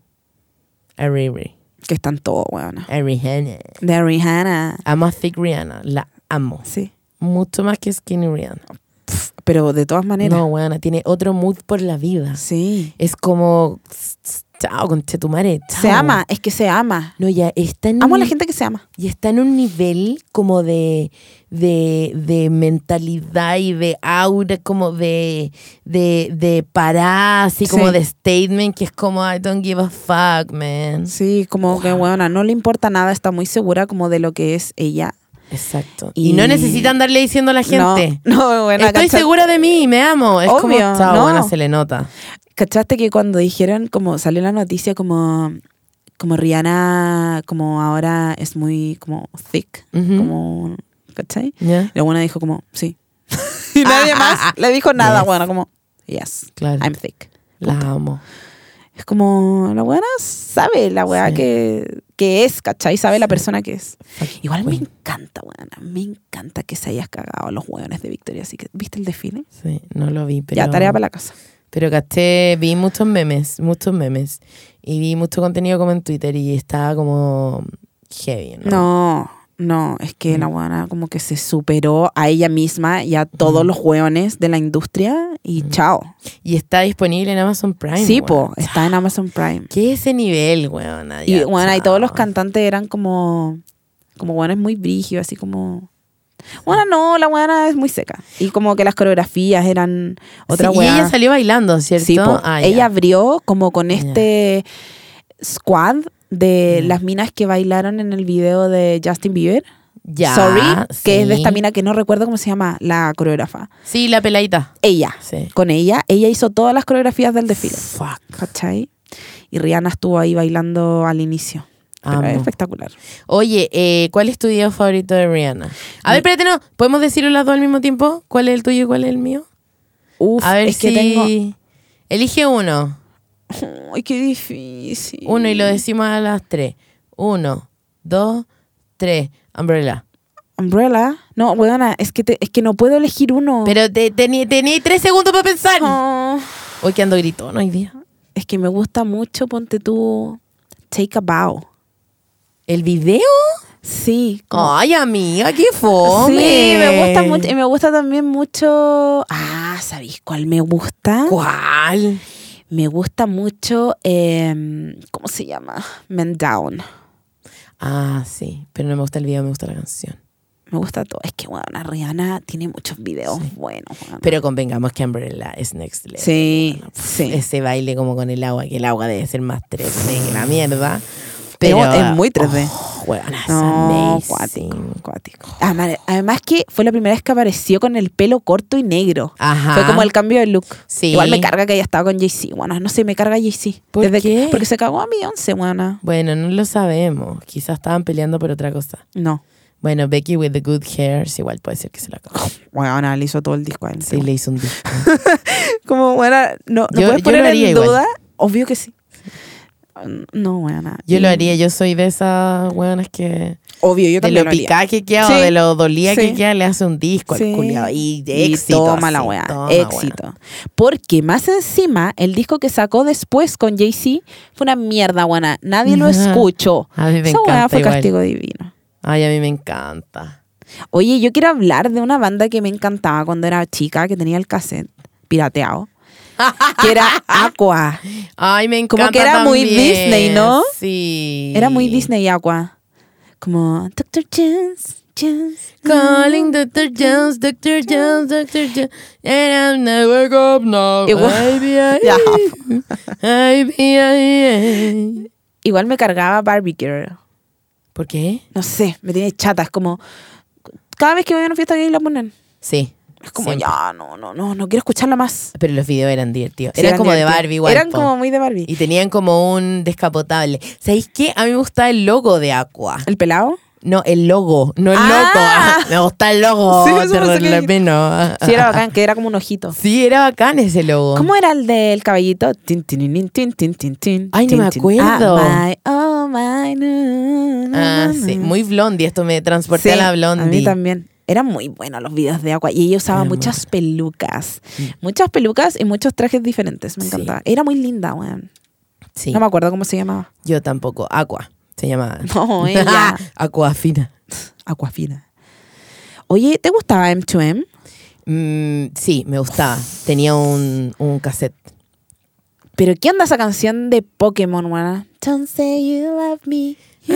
S3: A Riri.
S2: Que están todos, weona.
S3: A Rihanna.
S2: De Rihanna.
S3: Amo a Thick Rihanna. La amo.
S2: Sí.
S3: Mucho más que Skinny Rihanna.
S2: Pff, Pero de todas maneras.
S3: No, weona, tiene otro mood por la vida.
S2: Sí.
S3: Es como. s- s- Chao, con Chetumare. chao. Mm.
S2: Se ama, es que se ama.
S3: No, ya está en
S2: Amo a la
S3: un-
S2: gente que se ama.
S3: Y está en un nivel como de, de, de mentalidad y de aura, como de, de, de pará, así como
S2: Sí.
S3: de statement, que es como, I don't give a fuck, man.
S2: Sí, como que, weona, no le importa nada, está muy segura como de lo que es ella.
S3: Exacto. Y, no necesitan darle diciendo a la gente.
S2: No, [LAUGHS] no bueno,
S3: Estoy
S2: cacha-
S3: segura de mí, me amo. Es como,
S2: Obvio,
S3: chao,
S2: no.
S3: buena, se le nota.
S2: ¿Cachaste que cuando dijeron, como salió la noticia, como, como Rihanna, como ahora es muy como thick,
S3: Ujú.
S2: como, ¿cachai?
S3: ¿Ya?
S2: Y la buena dijo como, sí. [LAUGHS] Ah, y nadie más le dijo nada,
S3: Yes.
S2: bueno, como, yes,
S3: Claro.
S2: I'm thick.
S3: La amo.
S2: Es como, la buena sabe la weá
S3: Sí.
S2: que, que es, ¿cachai? Sabe la persona que es.
S3: Fucking
S2: Igual me
S3: queen.
S2: encanta, weona, me encanta que se hayas cagado a los hueones de Victoria. Así que, ¿viste el desfile?
S3: Sí, no lo vi, pero.
S2: Ya, tarea para la casa.
S3: Pero gasté, vi muchos memes, muchos memes. Y vi mucho contenido como en Twitter y estaba como heavy, ¿no?
S2: No, no, es que la buena como que se superó a ella misma y a todos los hueones de la industria y chao.
S3: Y está disponible en Amazon Prime.
S2: sí,
S3: weón.
S2: po, está en Amazon Prime.
S3: ¿Qué ese nivel, weón?
S2: Y bueno, y todos los cantantes eran como como buenas muy brígidos, así como bueno, no, la buena es muy seca. Y como que las coreografías eran otra
S3: Sí,
S2: hueá.
S3: Y ella salió bailando, ¿cierto?
S2: Sí, po.
S3: Ah, ya.
S2: ella abrió como con
S3: Ya. Mm.
S2: este squad de
S3: Ya.
S2: las minas que bailaron en el video de Justin Bieber.
S3: Ya,
S2: Sorry, que es de
S3: sí.
S2: esta mina que no recuerdo cómo se llama, la coreógrafa.
S3: Sí, la peladita.
S2: Ella,
S3: Sí.
S2: con ella, ella hizo todas las coreografías del desfile.
S3: Fuck.
S2: ¿Cachai? Y Rihanna estuvo ahí bailando al inicio. Pero es
S3: Amo.
S2: espectacular.
S3: Oye, eh, ¿cuál es tu video favorito de Rihanna? A ver, espérate, no. ¿Podemos decirlo las dos al mismo tiempo? ¿Cuál es el tuyo y cuál es el mío?
S2: Uf,
S3: A ver
S2: es
S3: si...
S2: que tengo.
S3: Elige uno.
S2: Ay, qué difícil.
S3: Uno y lo decimos a las tres. Uno, dos, tres. Umbrella.
S2: Umbrella. No, weona, es que, te- es que no puedo elegir uno.
S3: Pero te, tení, tení tres segundos para pensar.
S2: Oh,
S3: Hoy que ando gritón hoy día.
S2: es que me gusta mucho, ponte tú. Take a bow.
S3: ¿El video?
S2: Sí. como-
S3: Ay, amiga, qué fome.
S2: Sí, me gusta mucho. Y me gusta también mucho. Ah, ¿sabéis cuál me gusta?
S3: ¿Cuál?
S2: Me gusta mucho, em, ¿cómo se llama? Men Down.
S3: Ah, sí. Pero no me gusta el video, me gusta la canción.
S2: Me gusta todo. Es que, bueno, Rihanna tiene muchos videos
S3: Sí.
S2: buenos. weona.
S3: Pero convengamos que Umbrella es next level.
S2: sí,
S3: Pff,
S2: sí.
S3: Ese baile como con el agua, que el agua debe ser más 3D que la mierda.
S2: Pero es muy 3D.
S3: Oh, weona, es
S2: no,
S3: amazing.
S2: cuático, cuático. Además, Ah, además que fue la primera vez que apareció con el pelo corto y negro.
S3: Ajá.
S2: Fue como el cambio de look.
S3: Sí.
S2: Igual me carga que haya estado con Jay-Z. Bueno, no sé, me carga Jay-Z.
S3: ¿Por
S2: Desde que-
S3: qué?
S2: Porque se cagó a Beyoncé, buena.
S3: Bueno, no lo sabemos. Quizás estaban peleando por otra cosa.
S2: No.
S3: Bueno, Becky with the good hairs, igual puede ser que se la cagó.
S2: Bueno, le hizo todo el disco a él.
S3: [LAUGHS] Sí, le hizo un disco.
S2: [LAUGHS] Como, bueno, no, no
S3: Yo-
S2: puedes
S3: yo lo
S2: poner en
S3: haría igual.
S2: duda. Obvio que sí. No, bueno.
S3: Yo lo haría, yo soy de esas weonas que.
S2: Obvio, yo
S3: de
S2: también
S3: lo
S2: lo haría.
S3: picada que queda
S2: Sí.
S3: o de lo dolía que
S2: Sí.
S3: queda, le hace un disco al
S2: Sí.
S3: culiao. Y de
S2: Y
S3: éxito.
S2: toma la
S3: así,
S2: weá,
S3: toma,
S2: éxito. Porque más encima, el disco que sacó después con Jay-Z fue una mierda, buena. Nadie
S3: [LAUGHS]
S2: lo
S3: Ajá.
S2: escuchó.
S3: weá. A mí me
S2: Esa weá
S3: encanta.
S2: fue
S3: igual.
S2: castigo divino.
S3: Ay, a mí me encanta.
S2: Oye, yo quiero hablar de una banda que me encantaba cuando era chica, que tenía el cassette pirateado, que era
S3: [LAUGHS]
S2: Aqua.
S3: Ay, me encanta.
S2: Como que era muy
S3: también.
S2: Disney, ¿no?
S3: Sí.
S2: Era muy Disney Aqua. Como Dr. Chance, Chance.
S3: Calling Dr. Jones, Dr. Jones, Dr. Jones, and I'm never up now.
S2: Igual-
S3: [LAUGHS] IBIA,
S2: Ya.
S3: IBIA.
S2: Igual me cargaba Barbie Girl.
S3: ¿Por qué?
S2: No sé, me tiene chata. Es como, cada vez que voy a una fiesta gay la ponen.
S3: Sí.
S2: Es como,
S3: siempre.
S2: ya, no, no, no, no quiero escucharla más.
S3: Pero los videos eran divertidos.
S2: Sí,
S3: eran como de
S2: divertidos.
S3: Barbie, igual.
S2: Eran
S3: po.
S2: como muy de Barbie.
S3: Y tenían como un descapotable. ¿Sabéis qué? A mí me gustaba el logo de Aqua.
S2: ¿El pelado?
S3: No, el logo, no el
S2: Ah.
S3: logo. [LAUGHS] Me gustaba el logo.
S2: Sí, eso
S3: te
S2: pensé que-
S3: repeno.
S2: Sí,
S3: [LAUGHS]
S2: era bacán, que era como un ojito.
S3: Sí, era bacán ese logo.
S2: ¿Cómo era el del cabellito? Tin, tin, tin, tin, tin, tin, tin,
S3: Ay, no
S2: tin,
S3: me
S2: tin.
S3: acuerdo.
S2: Ah, my, oh, my, na, na,
S3: Ah,
S2: na,
S3: sí.
S2: na.
S3: Muy blondie, esto me transporté
S2: Sí,
S3: a la blondie.
S2: A mí también. Eran muy buenos los videos de Aqua. Y ella usaba
S3: Eran muy
S2: muchas pelucas. Muchas pelucas y muchos trajes diferentes. Me
S3: Sí.
S2: encantaba. Era muy linda, weón.
S3: Sí,
S2: No me acuerdo cómo se llamaba.
S3: yo tampoco. Aqua se llamaba.
S2: [LAUGHS] No,
S3: [LAUGHS]
S2: ella.
S3: Aquafina.
S2: Aquafina. Oye, ¿te gustaba M2M?
S3: Mm, sí, me gustaba. Tenía un, un cassette.
S2: Pero ¿qué onda esa canción de Pokémon, weón? Don't say you love me. You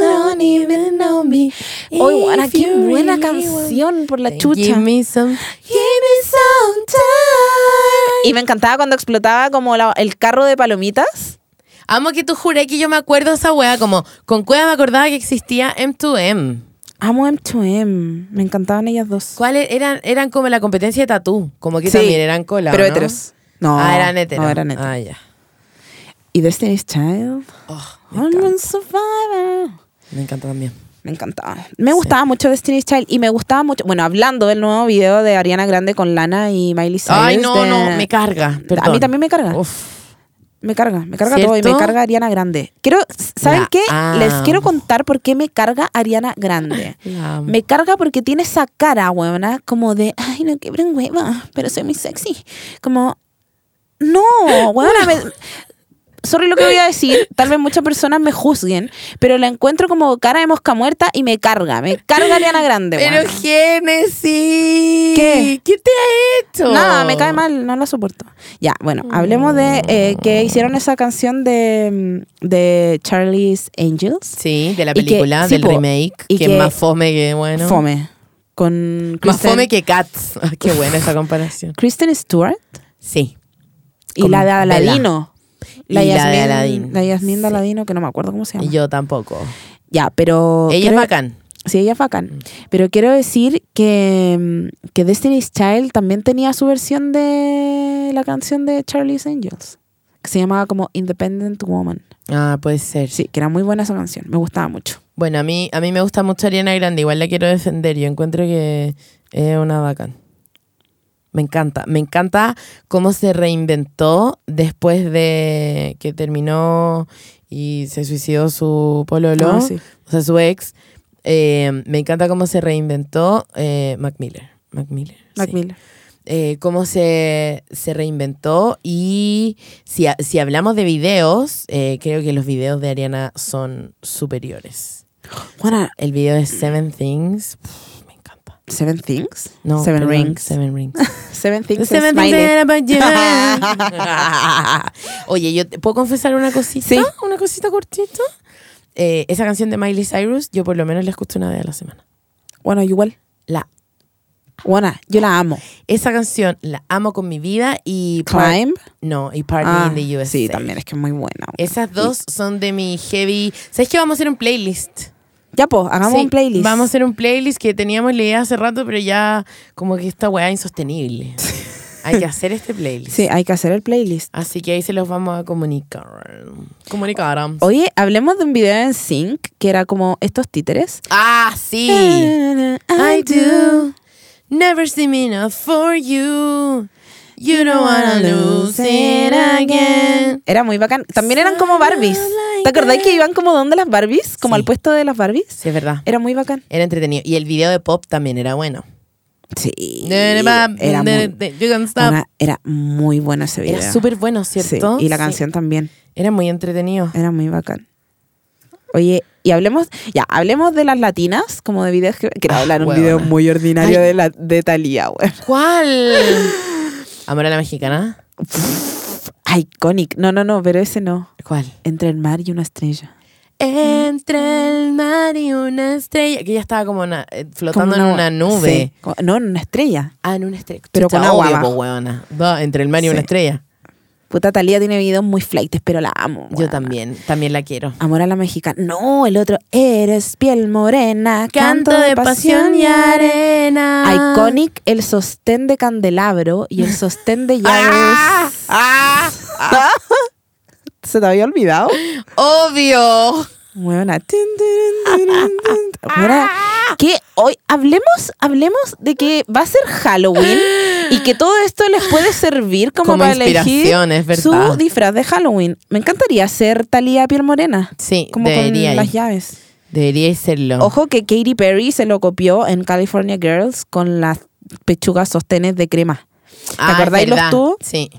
S2: don't even know me. Oye, weona,
S3: If
S2: qué
S3: you
S2: buena
S3: really
S2: canción por la
S3: want-
S2: chucha.
S3: Give me some-
S2: Y me encantaba cuando explotaba como la- el carro de palomitas.
S3: Amo que tú juré que yo me acuerdo esa wea como con cueva me acordaba que existía M2M.
S2: Amo M2M. Me encantaban ellas dos.
S3: ¿Cuáles eran? Eran como la competencia de tatú, como que
S2: Sí,
S3: también eran cola.
S2: Pero
S3: ¿no?
S2: heteros. No.
S3: ah, eran heteros.
S2: No, eran heteros.
S3: Ah, ya.
S2: Y Destiny's Child.
S3: Oh, me,
S2: I'm
S3: encanta.
S2: a survivor.
S3: Me encanta también.
S2: Me encantaba. Me gustaba mucho Destiny's Child y me gustaba mucho. Bueno, hablando del nuevo video de Ariana Grande con Lana y Miley Cyrus.
S3: Ay, no,
S2: de-
S3: no, me carga. Perdón.
S2: A mí también me carga.
S3: Uf.
S2: Me carga, me carga
S3: ¿Cierto? ah.
S2: todo y me carga Ariana Grande. Quiero, ¿saben
S3: La
S2: qué? Les
S3: amo.
S2: quiero contar por qué me carga Ariana Grande.
S3: La amo.
S2: Me carga porque tiene esa cara, huevona, como de, ay, no quebren hueva, pero soy muy sexy. Como, no, huevona,
S3: [LAUGHS]
S2: me- sorry lo que voy a decir, tal vez muchas personas me juzguen, pero la encuentro como cara de mosca muerta y me carga, me carga Ariana Grande,
S3: Pero
S2: huevona.
S3: Génesis.
S2: ¿Qué?
S3: ¿Qué te ha hecho?
S2: Nada, me cae mal, no la soporto. Ya, bueno,
S3: Mm.
S2: hablemos de eh, que hicieron esa canción de, mm, de Charlie's Angels.
S3: Sí, de la
S2: Y que-
S3: película,
S2: sí,
S3: del
S2: po,
S3: remake.
S2: y
S3: que,
S2: que-
S3: es más fome que bueno.
S2: Fome. Con
S3: Más
S2: Kristen-
S3: fome que Cats. [LAUGHS] Ah, qué buena esa comparación.
S2: Kristen Stewart
S3: Sí.
S2: y
S3: Con
S2: la de
S3: Bella.
S2: Aladino. La
S3: Y la de
S2: Yasmín,
S3: Aladino.
S2: la Yasmín de
S3: Sí.
S2: Aladino, que no me acuerdo cómo se llama.
S3: Y yo tampoco.
S2: Ya, pero.
S3: Ella es
S2: quiero-
S3: bacán. Mm.
S2: Sí, ella es bacán. Pero quiero decir que, mm, que Destiny's Child también tenía su versión de la canción de Charlie's Angels, que se llamaba como Independent Woman.
S3: Ah, puede ser.
S2: Sí, que era muy buena esa canción. Me gustaba mucho.
S3: Bueno, a mí, a mí me gusta mucho Ariana Grande, igual la quiero defender. Yo encuentro que es una bacán. Me encanta, me encanta cómo se reinventó después de que terminó y se suicidó su pololo,
S2: Ah, sí.
S3: o sea, su ex. Eh, me encanta cómo se reinventó eh, Mac Miller. Mac Miller. sí.
S2: Mac Miller.
S3: Eh, cómo se, se reinventó y si, ha- si hablamos de videos, eh, creo que los videos de Ariana son superiores.
S2: Juana,
S3: El video de Seven Things. pf, me encanta.
S2: Seven Things.
S3: No,
S2: Seven
S3: perdón,
S2: Rings. Seven, [LAUGHS]
S3: Seven Rings.
S2: Things. and
S3: Seven Things
S2: Smiley.
S3: that about
S2: [LAUGHS]
S3: you. Oye, yo te- puedo confesar una cosita,
S2: Sí.
S3: una cosita cortita. Eh, esa canción de Miley Cyrus, yo por lo menos la escucho una vez a la semana.
S2: Bueno, igual.
S3: La,
S2: Juana, yo la amo.
S3: esa canción la amo con mi vida y Par-
S2: Climb.
S3: no y Party
S2: Ah,
S3: in the USA.
S2: Sí, también es que es muy buena. weón.
S3: Esas dos son de mi heavy. ¿Sabes qué? Vamos a hacer un playlist.
S2: Ya, pues, hagamos
S3: Sí,
S2: un playlist.
S3: Vamos a hacer un playlist que teníamos la idea hace rato, pero ya como que esta weá es
S2: [LAUGHS]
S3: insostenible. Hay que hacer este playlist.
S2: Sí, hay que hacer el playlist.
S3: Así que ahí se los vamos a comunicar. Comunicar.
S2: Oye, hablemos de un video en Sync que era como estos títeres.
S3: Ah, sí.
S2: Ah,
S3: I do. Never see me enough for you. You don't wanna lose it again.
S2: Era muy bacán. También eran como Barbies. ¿Te acordás que iban como donde las Barbies? Como
S3: Sí.
S2: al puesto de las Barbies.
S3: Sí, es verdad.
S2: Era muy bacán.
S3: Era entretenido. Y el video de pop también era bueno.
S2: Sí. Era muy,
S3: You can stop.
S2: una- era muy bueno ese video.
S3: Era súper bueno, ¿cierto?
S2: Sí, y la
S3: Sí.
S2: canción también.
S3: Era muy entretenido.
S2: Era muy bacán. Oye, y hablemos, ya, hablemos de las latinas, como de videos que. Quiero
S3: Ah,
S2: hablar un
S3: huevona.
S2: video muy ordinario
S3: Ay.
S2: de, la, de Talía, weón.
S3: ¿Cuál? ¿Amor a la mexicana?
S2: Iconic. No, no, no, pero ese no.
S3: ¿Cuál?
S2: Entre el mar y una estrella.
S3: Entre el mar y una estrella. Que ya estaba como na- eh, flotando
S2: Como
S3: en una nube.
S2: Sí, como- no, en una estrella.
S3: Ah, en una estrella.
S2: Pero
S3: Chucha,
S2: con agua
S3: obvio,
S2: abajo.
S3: po, huevona. Va, entre el mar y
S2: Sí.
S3: una estrella.
S2: Puta Talía tiene videos muy flightes, pero la amo.
S3: Yo
S2: weona.
S3: también, también la quiero.
S2: Amor a la mexicana. No, el otro. Eres piel morena, canto de pasión y arena.
S3: arena.
S2: Iconic, el sostén de candelabro y el sostén
S3: [LAUGHS]
S2: de
S3: ¡Ah!
S2: llaves.
S3: ¡Ah! ah.
S2: ¿Se te había olvidado?
S3: ¡Obvio!
S2: Buena. Tin, tin, tin, tin,
S3: [LAUGHS]
S2: tin. Buena. Que hoy hablemos, hablemos de que va a ser Halloween y que todo esto les puede servir como,
S3: Como
S2: para
S3: inspiración,
S2: elegir
S3: es verdad.
S2: su disfraz de Halloween. Me encantaría ser Talía piel morena,
S3: Sí,
S2: como
S3: debería,
S2: con las
S3: ir.
S2: llaves.
S3: debería serlo.
S2: Ojo que Katy Perry se lo copió en California Girls con las pechugas sostenes de crema.
S3: ¿Te
S2: acordáis los tubos?
S3: Ah, Sí.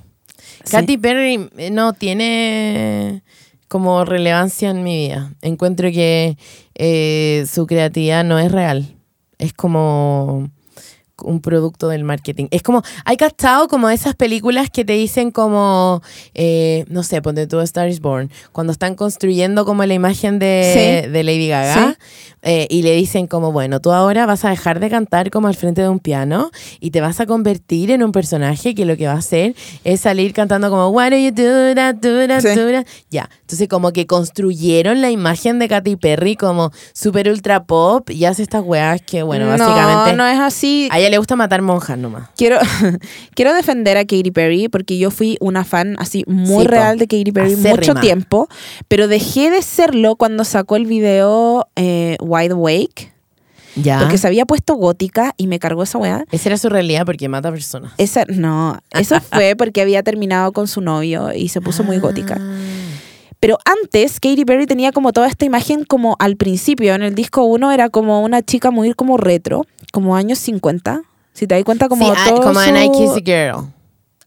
S2: Sí.
S3: Katy Perry eh, no tiene como relevancia en mi vida. Encuentro que eh, su creatividad no es real. Es como, como un producto del marketing. Es como, hay cachado como esas películas que te dicen como, eh, no sé, ponte tú Star is Born, cuando están construyendo como la imagen de,
S2: Sí.
S3: de Lady Gaga eh, y le dicen como, bueno, tú ahora vas a dejar de cantar como al frente de un piano y te vas a convertir en un personaje que lo que va a hacer es salir cantando como, what do you do, da, do, da,
S2: Sí.
S3: do, da". Ya, entonces como que construyeron la imagen de Katy Perry como super ultra pop y hace estas weas que, bueno, básicamente...
S2: No, no es así.
S3: A ella le gusta matar monjas nomás.
S2: Quiero, [LAUGHS] quiero defender a Katy Perry porque yo fui una fan así muy
S3: Sí, po.
S2: real de Katy Perry mucho
S3: Acérrima.
S2: tiempo, pero dejé de serlo cuando sacó el video eh, Wide Awake,
S3: Ya.
S2: porque se había puesto gótica y me cargó esa weá.
S3: Esa era su realidad porque mata personas.
S2: Esa, no, [LAUGHS] eso fue porque había terminado con su novio y se puso muy gótica.
S3: Ah.
S2: Pero antes, Katy Perry tenía como toda esta imagen como al principio, en el disco 1 era como una chica muy como retro, como años 50. Si te das cuenta, como
S3: Como, sí, ah,
S2: todo
S3: como en
S2: su-
S3: I Kiss a Girl.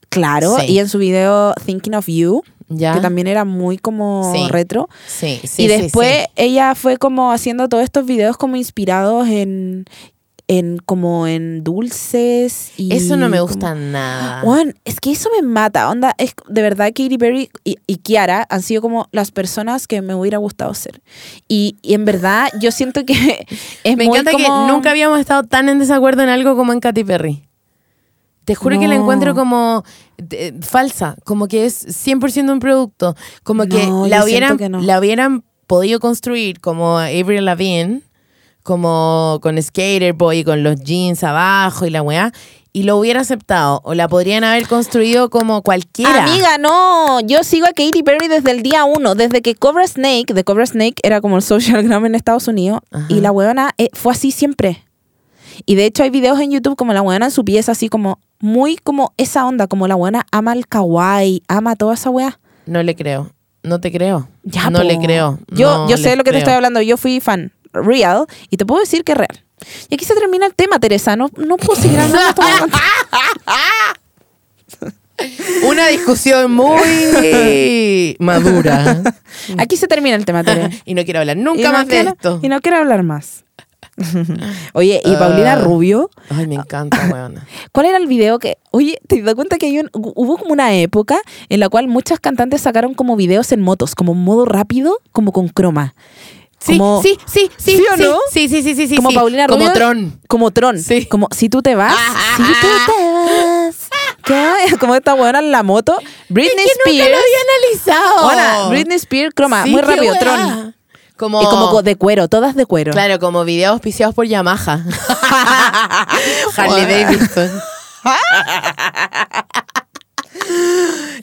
S2: Claro,
S3: Sí.
S2: y en su video Thinking of You,
S3: Ya.
S2: que también era muy como
S3: Sí.
S2: retro.
S3: Sí, sí.
S2: y
S3: sí,
S2: después
S3: sí.
S2: ella fue como haciendo todos estos videos como inspirados en, en como en dulces y
S3: Eso no me
S2: como- [GASPS]
S3: gusta nada.
S2: Juan, es que eso me mata. Onda, es de verdad Katy Perry y, y Kiara han sido como las personas que me hubiera gustado ser. Y, y en verdad yo siento que [LAUGHS] es
S3: Me
S2: muy
S3: encanta
S2: como-
S3: que nunca habíamos estado tan en desacuerdo en algo como en Katy Perry. Te juro que la
S2: No.
S3: encuentro como eh, falsa, como que es 100% un producto, como que,
S2: No,
S3: la
S2: yo siento
S3: hubieran,
S2: que no.
S3: la hubieran podido construir como Avril Lavigne, como con Skater Boy, con los jeans abajo y la weá, y lo hubiera aceptado, o la podrían haber construido como cualquiera.
S2: Amiga, no, yo sigo a Katy Perry desde el día uno, desde que Cobra Snake, de Cobra Snake era como el social [LAUGHS] gram en Estados Unidos,
S3: Ajá.
S2: y la huevona eh, fue así siempre. Y de hecho hay videos en YouTube como la huevona en su pieza, así como muy como esa onda, como la huevona ama el kawaii, ama toda esa hueá.
S3: No le creo, no te creo,
S2: Ya,
S3: no
S2: po.
S3: le creo.
S2: Yo,
S3: no
S2: yo sé
S3: les
S2: lo que te
S3: creo.
S2: estoy hablando, yo fui fan real, y te puedo decir que es real. Y aquí se termina el tema, Teresa, no, no puedo
S3: [LAUGHS]
S2: seguir hablando de esta huevona.
S3: Una discusión [LAUGHS] muy madura.
S2: Aquí se termina el tema, Teresa.
S3: y no quiero hablar
S2: Y
S3: [LAUGHS] nunca
S2: no
S3: más de
S2: quiero-
S3: esto.
S2: Y no quiero hablar más. [LAUGHS] Oye, y Paulina
S3: Ah.
S2: Rubio,
S3: Ay, me encanta,
S2: Ah,
S3: weona.
S2: ¿cuál era el video que.? Oye, ¿te das cuenta que hay un- hubo como una época en la cual muchas cantantes sacaron como videos en motos, como en modo rápido, como con croma?
S3: Sí,
S2: Como-
S3: sí, sí, sí.
S2: ¿Sí o
S3: sí,
S2: no?
S3: Sí, sí, sí, sí, sí,
S2: como
S3: sí.
S2: Paulina Rubio.
S3: Como Tron.
S2: Como Tron.
S3: Sí.
S2: Como si tú te vas.
S3: Ah,
S2: si tú te vas. ¿Qué? [LAUGHS] Como esta buena en la moto. Britney Spears.
S3: había analizado.
S2: Hola, Britney Spears, croma. Muy rápido, Tron.
S3: Como,
S2: Y como co- de cuero, todas de cuero.
S3: claro, como videos auspiciados por
S2: [LAUGHS]
S3: Yamaha. Harley
S2: Hola.
S3: Davidson.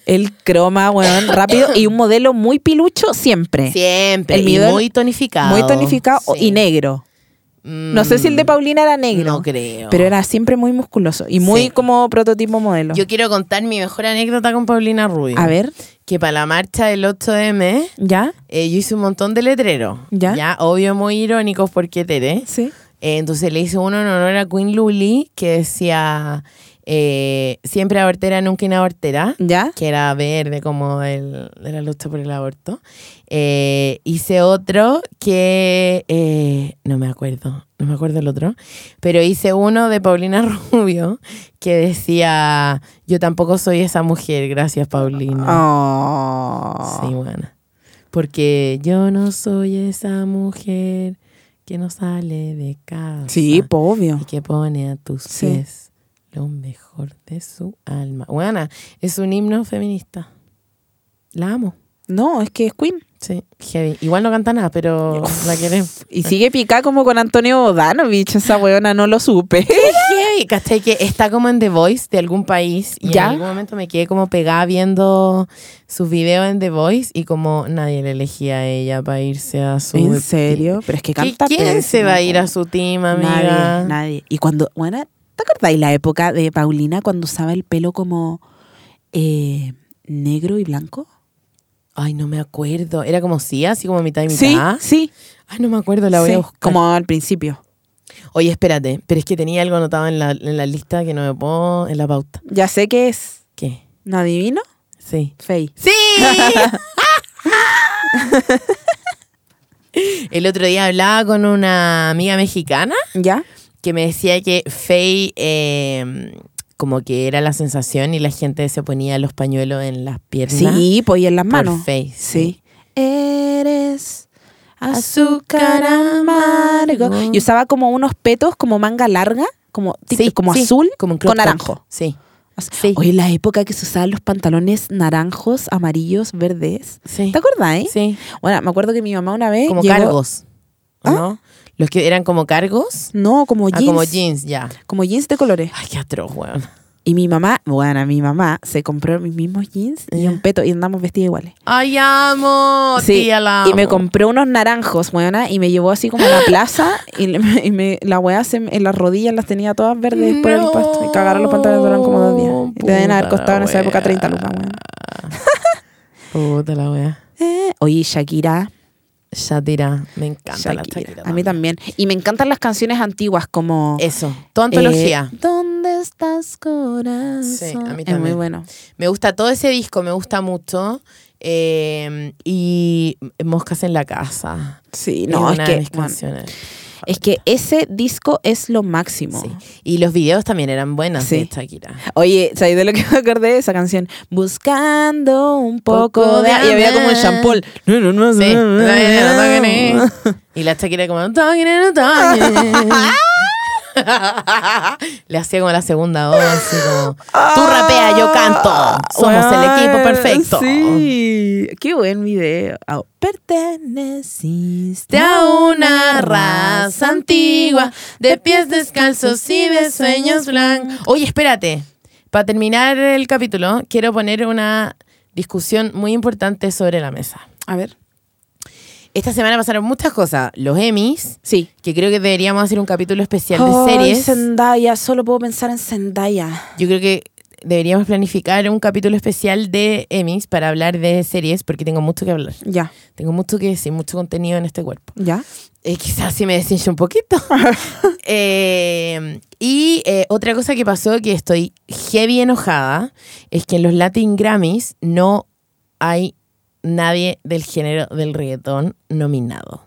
S2: El croma, weón, rápido. Y un modelo muy pilucho siempre.
S3: Siempre.
S2: El
S3: y
S2: video-
S3: muy tonificado.
S2: Muy tonificado
S3: Sí. Mm.
S2: y negro. No sé si el de Paulina era negro.
S3: No creo.
S2: Pero era siempre muy musculoso y muy
S3: Sí.
S2: como prototipo modelo.
S3: Yo quiero contar mi mejor anécdota con Paulina Rubio.
S2: A ver,
S3: Que para la marcha del 8M
S2: ¿ya?
S3: eh, yo hice un montón de letreros.
S2: Ya.
S3: obvio, muy irónicos porque Tere.
S2: Sí.
S3: Eh, entonces le hice uno en honor a Queen Luli que decía eh, siempre abortera, nunca inabortera.
S2: ¿Ya?
S3: Que era verde como el, de la lucha por el aborto. Eh, hice otro que eh, no me acuerdo, no me acuerdo el otro, pero hice uno de Paulina [LAUGHS] Rubio que decía yo tampoco soy esa mujer, gracias
S2: Ah.
S3: Paulina.
S2: Oh.
S3: Sí, buena. Porque yo no soy esa mujer que no sale de casa.
S2: Sí, po, obvio.
S3: y que pone a tus
S2: Sí.
S3: pies lo mejor de su alma. Buena, es un himno feminista. La amo.
S2: No, es que es Queen.
S3: Sí, heavy. Igual no canta nada,
S2: [LAUGHS]
S3: pero la queremos.
S2: Y sigue picada como con Antonio Bodanovich, esa weona, no lo
S3: [LAUGHS]
S2: supe.
S3: heavy. ¿Cachai? Que está como en The Voice de algún país y
S2: ¿Ya?
S3: en algún momento me quedé como pegada viendo sus videos en The Voice y como nadie le elegía a ella para irse a su.
S2: ¿En serio? Pero es que
S3: ¿Qué-
S2: canta
S3: ¿Quién se
S2: pésimo,
S3: va a ir
S2: po.
S3: a su team, amiga?
S2: Nadie, nadie. Y cuando, bueno, ¿te acordáis la época de Paulina cuando usaba el pelo como eh, negro y blanco?
S3: Ay, no me acuerdo. Era como sí, así como mitad y
S2: Sí,
S3: mitad.
S2: sí.
S3: Ay, no me acuerdo, la voy
S2: sí,
S3: a buscar.
S2: Como al principio.
S3: Oye, espérate, pero es que tenía algo anotado en la, en la lista que no me puedo. en la pauta.
S2: Ya sé que es.
S3: ¿Qué?
S2: ¿No adivino?
S3: Sí.
S2: Fey.
S3: [LAUGHS] ¡Sí! El otro día hablaba con una amiga mexicana
S2: ¿Ya?
S3: que me decía que Faye eh, como que era la sensación y la gente se ponía los pañuelos en las piernas.
S2: Sí, pues y en las
S3: por
S2: manos.
S3: Faye,
S2: Sí. Eres azúcar amargo. Y usaba como unos petos, como manga larga, como, tipo-
S3: Sí,
S2: como
S3: sí,
S2: azul,
S3: como un crop
S2: con
S3: top.
S2: naranjo.
S3: Sí,
S2: Oye,
S3: Sí.
S2: la época que se usaban los pantalones naranjos, amarillos, verdes.
S3: sí.
S2: ¿Te acordás, eh?
S3: Sí,
S2: Bueno, me acuerdo que mi mamá una vez.
S3: como
S2: llegó-
S3: cargos. ¿o
S2: ¿Ah?
S3: ¿No? Los que eran como cargos.
S2: No, como
S3: Ah,
S2: jeans.
S3: como jeans, ya.
S2: como jeans de colores.
S3: Ay, qué atroz, weón.
S2: Y mi mamá, bueno, mi mamá se compró mis mismos jeans y
S3: Ya.
S2: un peto y andamos vestidas iguales.
S3: Ay, amo,
S2: Sí,
S3: tía, la
S2: Y me
S3: amo.
S2: compré unos naranjos, weona, y me llevó así como a
S3: [GASPS]
S2: la plaza y, le- y me, la weá se me- en las rodillas las tenía todas verdes por el pasto. Y cagaron los pantalones duraron como dos días. Y te deben haber
S3: Puta
S2: costado en esa
S3: la
S2: época 30 lucas,
S3: weá.
S2: weón.
S3: [LAUGHS] Puta la wea.
S2: Eh, oye, Shakira.
S3: Shakira, me encanta la
S2: Shakira.
S3: Shakira.
S2: A mí también. Y me encantan las canciones antiguas como...
S3: Eso, toda
S2: eh,
S3: antología.
S2: ¿Dónde estás, corazón?
S3: Sí, a mí
S2: Es muy
S3: también.
S2: bueno.
S3: Me gusta todo ese disco, me gusta mucho. Eh, y Moscas en la casa.
S2: Sí,
S3: es
S2: no, es
S3: una de
S2: que,
S3: mis
S2: bueno,
S3: canciones.
S2: es que ese disco es lo máximo.
S3: Sí. Y los videos también eran buenos de
S2: Sí.
S3: Shakira.
S2: Oye, ¿sabes de lo que [LAUGHS] me acordé? Esa canción. Buscando un poco,
S3: Poco
S2: de...
S3: de
S2: Y había como
S3: amor.
S2: champol. No, no, no,
S3: [LAUGHS] Sí.
S2: no, no, no, no.
S3: y la Shakira como "I'm talking and I'm talking". [LAUGHS] Le hacía como la segunda voz, así como, tú rapeas, yo canto, somos el
S2: Weón,
S3: equipo perfecto.
S2: Sí, qué buen video. Au. Perteneciste
S3: De a una raza antigua, de pies descalzos y de sueños blancos. Oye, espérate, para terminar el capítulo, quiero poner una discusión muy importante sobre la mesa.
S2: A ver.
S3: Esta semana pasaron muchas cosas, los Emmys,
S2: Sí.
S3: que creo que deberíamos hacer un capítulo especial de
S2: Ay,
S3: series.
S2: Zendaya, solo puedo pensar en Zendaya.
S3: Yo creo que deberíamos planificar un capítulo especial de Emmys para hablar de series, porque tengo mucho que hablar.
S2: Ya,
S3: Tengo mucho que decir, mucho contenido en este cuerpo.
S2: ya.
S3: Eh, quizás si me deshincho
S2: [LAUGHS]
S3: un poquito. Eh, y eh, otra cosa que pasó que estoy heavy enojada es que en los Latin Grammys no hay nadie del género del reggaetón nominado.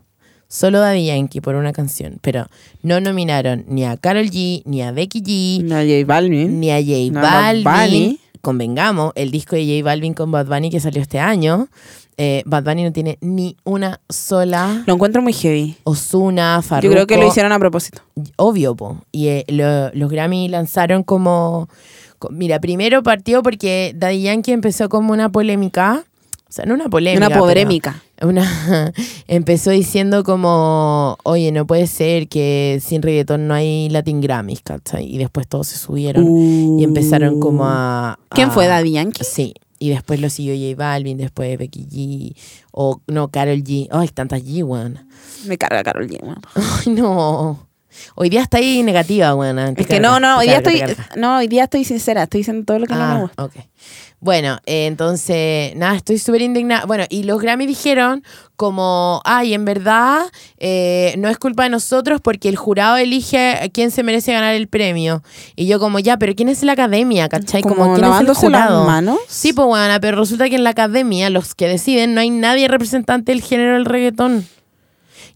S3: Solo Daddy Yankee por una canción, pero no nominaron ni a Carol G, ni a Becky G,
S2: J Balvin.
S3: ni a J
S2: No,
S3: Balvin.
S2: Bad Bunny.
S3: Convengamos, el disco de J Balvin con Bad Bunny que salió este año. eh, Bad Bunny no tiene ni una sola.
S2: Lo encuentro muy heavy.
S3: Osuna, Farruko.
S2: Yo creo que lo hicieron a propósito.
S3: Obvio, po. Y eh, lo- los Grammy lanzaron como. co- Mira, primero partió porque Daddy Yankee empezó como una polémica. O sea, no una polémica.
S2: Una
S3: pero-
S2: pobrémica.
S3: una [LAUGHS] empezó diciendo como, oye, no puede ser que sin reggaetón no hay Latin Grammys, ¿cachai? Y después todos se subieron y empezaron como a...
S2: Uh. ¿Quién fue
S3: a-
S2: Daddy Yankee?
S3: Sí. Y después lo siguió J Balvin, después Becky G, o no, Carol G. Ay, tantas G, weón.
S2: Me carga Carol G. weón.
S3: Ay, no. Hoy día está ahí negativa, weón.
S2: Es que no, no, hoy día estoy, no, hoy día estoy sincera, estoy diciendo todo lo que no me
S3: Ah,
S2: gusta.
S3: ok. Bueno, eh, entonces, nada, estoy súper indignada. Bueno, y los Grammy dijeron como, ay, en verdad, eh, no es culpa de nosotros porque el jurado elige a quién se merece ganar el premio. Y yo como, ya, pero ¿quién es la academia? ¿Cachai? Como, ¿quién es el
S2: lavándose las
S3: jurado?
S2: manos.
S3: Sí, pues bueno, pero resulta que en la academia los que deciden no hay nadie representante del género del reggaetón.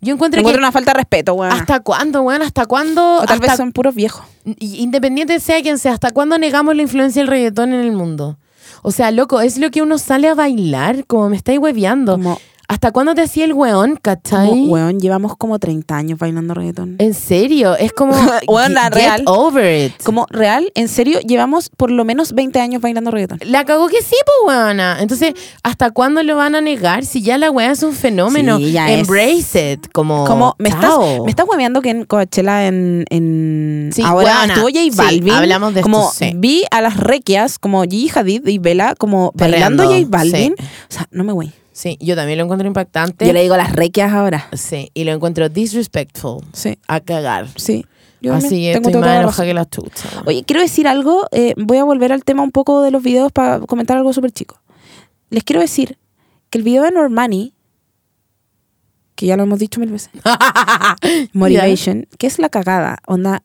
S3: Yo encuentro que...
S2: encuentro una falta de respeto, weón.
S3: ¿Hasta cuándo, weón? ¿Hasta cuándo?
S2: Ah. o tal
S3: hasta
S2: vez son puros viejos.
S3: y- Independiente sea quien sea, ¿hasta cuándo negamos la influencia del reggaetón en el mundo? O sea, loco, es lo que uno sale a bailar, como me estáis hueveando.
S2: Como,
S3: ¿Hasta cuándo te hacía el weón, cachai?
S2: como, weón, llevamos como 30 años bailando reggaetón.
S3: En serio, es como.
S2: [LAUGHS] Weón, la
S3: get
S2: real.
S3: over it.
S2: Como real, en serio, llevamos por lo menos 20 años bailando reggaetón.
S3: La cagó que sí, pues, weona. Entonces, ¿hasta cuándo lo van a negar? Si ya la weá es un fenómeno.
S2: Sí, ya es.
S3: Embrace it. Como.
S2: Como me estás,
S3: Oh, chao.
S2: me estás hueveando que en Coachella en, en
S3: Sí,
S2: ahora
S3: weona,
S2: estuvo J
S3: sí,
S2: Balvin.
S3: hablamos de esto,
S2: como
S3: sí.
S2: vi a las requias como Gigi Hadid y Vela como
S3: Perreando,
S2: bailando J Balvin.
S3: sí.
S2: O sea, no me güey.
S3: Sí, yo también lo encuentro impactante.
S2: Yo le digo las requias ahora.
S3: Sí, y lo encuentro disrespectful.
S2: Sí,
S3: A cagar.
S2: sí. Yo
S3: Así
S2: también
S3: que
S2: tengo
S3: estoy
S2: todo
S3: más
S2: toda la
S3: enojada
S2: razón.
S3: que la chucha. [LAUGHS]
S2: Oye, quiero decir algo. eh, voy a volver al tema un poco de los videos para comentar algo súper chico. Les quiero decir que el video de Normani, que ya lo hemos dicho mil veces, Motivation, que es la cagada. Onda,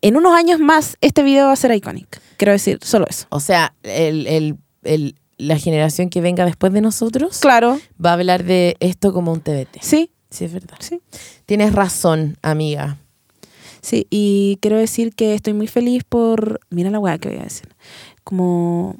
S2: en unos años más este video va a ser icónico. Quiero decir solo eso.
S3: O sea, el, el- el- la generación que venga después de nosotros
S2: Claro,
S3: va a hablar de esto como un TBT.
S2: sí,
S3: Sí, es verdad.
S2: sí.
S3: Tienes razón, amiga.
S2: Sí, y quiero decir que estoy muy feliz por. Mira la weá que voy a decir. Como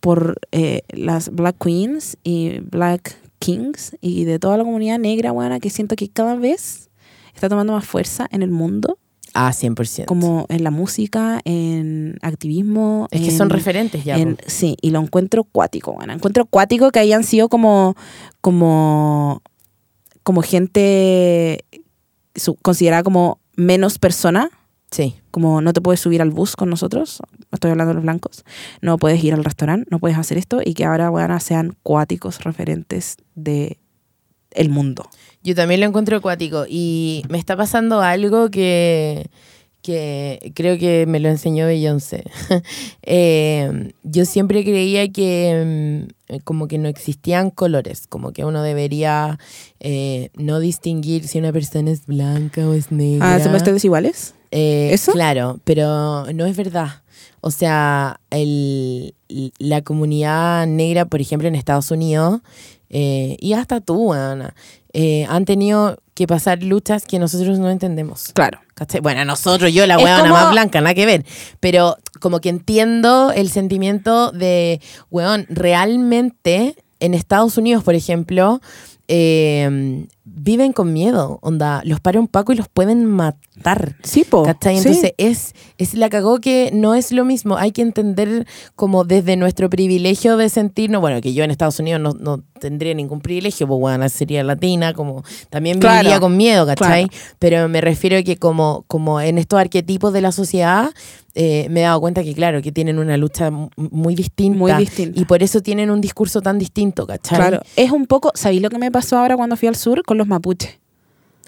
S2: por eh, las Black Queens y Black Kings y de toda la comunidad negra, weá, que siento que cada vez está tomando más fuerza en el mundo,
S3: Ah, 100%.
S2: como en la música, en activismo.
S3: es que
S2: en-
S3: son referentes ya. pues.
S2: en-
S3: po.
S2: sí, y lo encuentro cuático, bueno, encuentro cuático que hayan sido como como como gente su- considerada como menos persona,
S3: Sí.
S2: como no te puedes subir al bus con nosotros, estoy hablando de los blancos, no puedes ir al restaurante, no puedes hacer esto y que ahora bueno, sean cuáticos referentes de el mundo.
S3: Yo también lo encuentro acuático. Y me está pasando algo que, que creo que me lo enseñó Beyoncé. [LAUGHS] Eh, yo siempre creía que mm, como que no existían colores, como que uno debería eh, no distinguir si una persona es blanca o es negra.
S2: Ah, ¿son ustedes desiguales?
S3: Eh,
S2: ¿Eso?
S3: Claro, pero no es verdad. O sea, el, la comunidad negra, por ejemplo, en Estados Unidos, eh, y hasta tú, Ana, eh, han tenido que pasar luchas que nosotros no entendemos.
S2: Claro.
S3: ¿Cachai? Bueno, nosotros, yo la
S2: Es
S3: huevona
S2: como-
S3: más blanca, nada que ver. Pero como que entiendo el sentimiento de, weón, realmente en Estados Unidos, por ejemplo, eh, viven con miedo. Onda, los para un paco y los pueden matar.
S2: Sí, po.
S3: ¿Cachai?
S2: sí.
S3: Entonces es, es la cagó que no es lo mismo. Hay que entender como desde nuestro privilegio de sentirnos, bueno, que yo en Estados Unidos no, no tendría ningún privilegio, pues bueno, sería latina, como también viviría
S2: Claro,
S3: con miedo, ¿cachai? Pero me refiero que como, como en estos arquetipos de la sociedad, eh, me he dado cuenta que claro, que tienen una lucha mu- muy distinta.
S2: Muy distinta.
S3: Y por eso tienen un discurso tan distinto, ¿cachai?
S2: Claro, es un poco, ¿sabéis lo que me pasó ahora cuando fui al sur con los mapuches?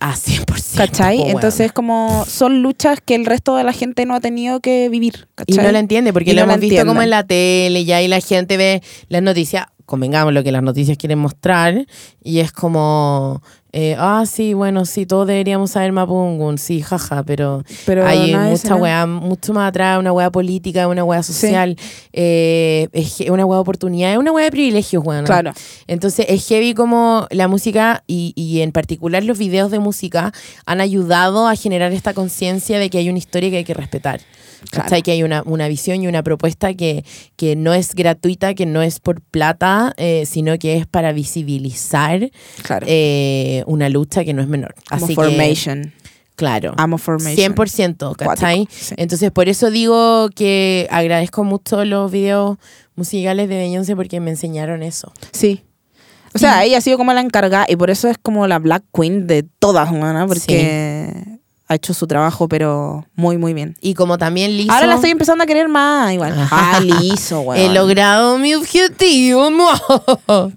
S3: Ah, 100%.
S2: ¿Cachai?
S3: po, weón.
S2: Entonces, como son luchas que el resto de la gente no ha tenido que vivir.
S3: Y
S2: ¿cachai?
S3: no la entiende, porque
S2: Y
S3: lo
S2: no la
S3: hemos visto como
S2: entienden.
S3: en la tele, y ahí la gente ve las noticias, convengamos lo que las noticias quieren mostrar, y es como, eh, ah, sí, bueno, sí, todos deberíamos saber Mapungun, sí, jaja, pero,
S2: Pero
S3: hay
S2: nadie se
S3: mucha
S2: la-
S3: weá, mucho más atrás, una weá política, una weá social, eh, es que- una weá de oportunidad, es una weá de privilegios, weón.
S2: Claro,
S3: Entonces es heavy como la música y, y en particular los videos de música han ayudado a generar esta conciencia de que hay una historia que hay que respetar.
S2: Claro.
S3: ¿Cachai? Que hay una, una visión y una propuesta que, que no es gratuita, que no es por plata, eh, sino que es para visibilizar
S2: claro.
S3: eh, una lucha que no es menor.
S2: Como
S3: Así que,
S2: formation.
S3: claro.
S2: Amo formation.
S3: 100%, ¿cachai?
S2: Cuático, sí.
S3: Entonces, por eso digo que agradezco mucho los videos musicales de Beyoncé porque me enseñaron eso.
S2: Sí. O sea, ella ha sido como la encargada y por eso es como la Black Queen de todas, humana, porque ha hecho su trabajo, pero muy, muy bien.
S3: Y como también Lizzo,
S2: Ahora la estoy empezando a querer más, igual. Ah,
S3: [LAUGHS]
S2: liso, güey.
S3: he logrado mi objetivo. [LAUGHS] mo.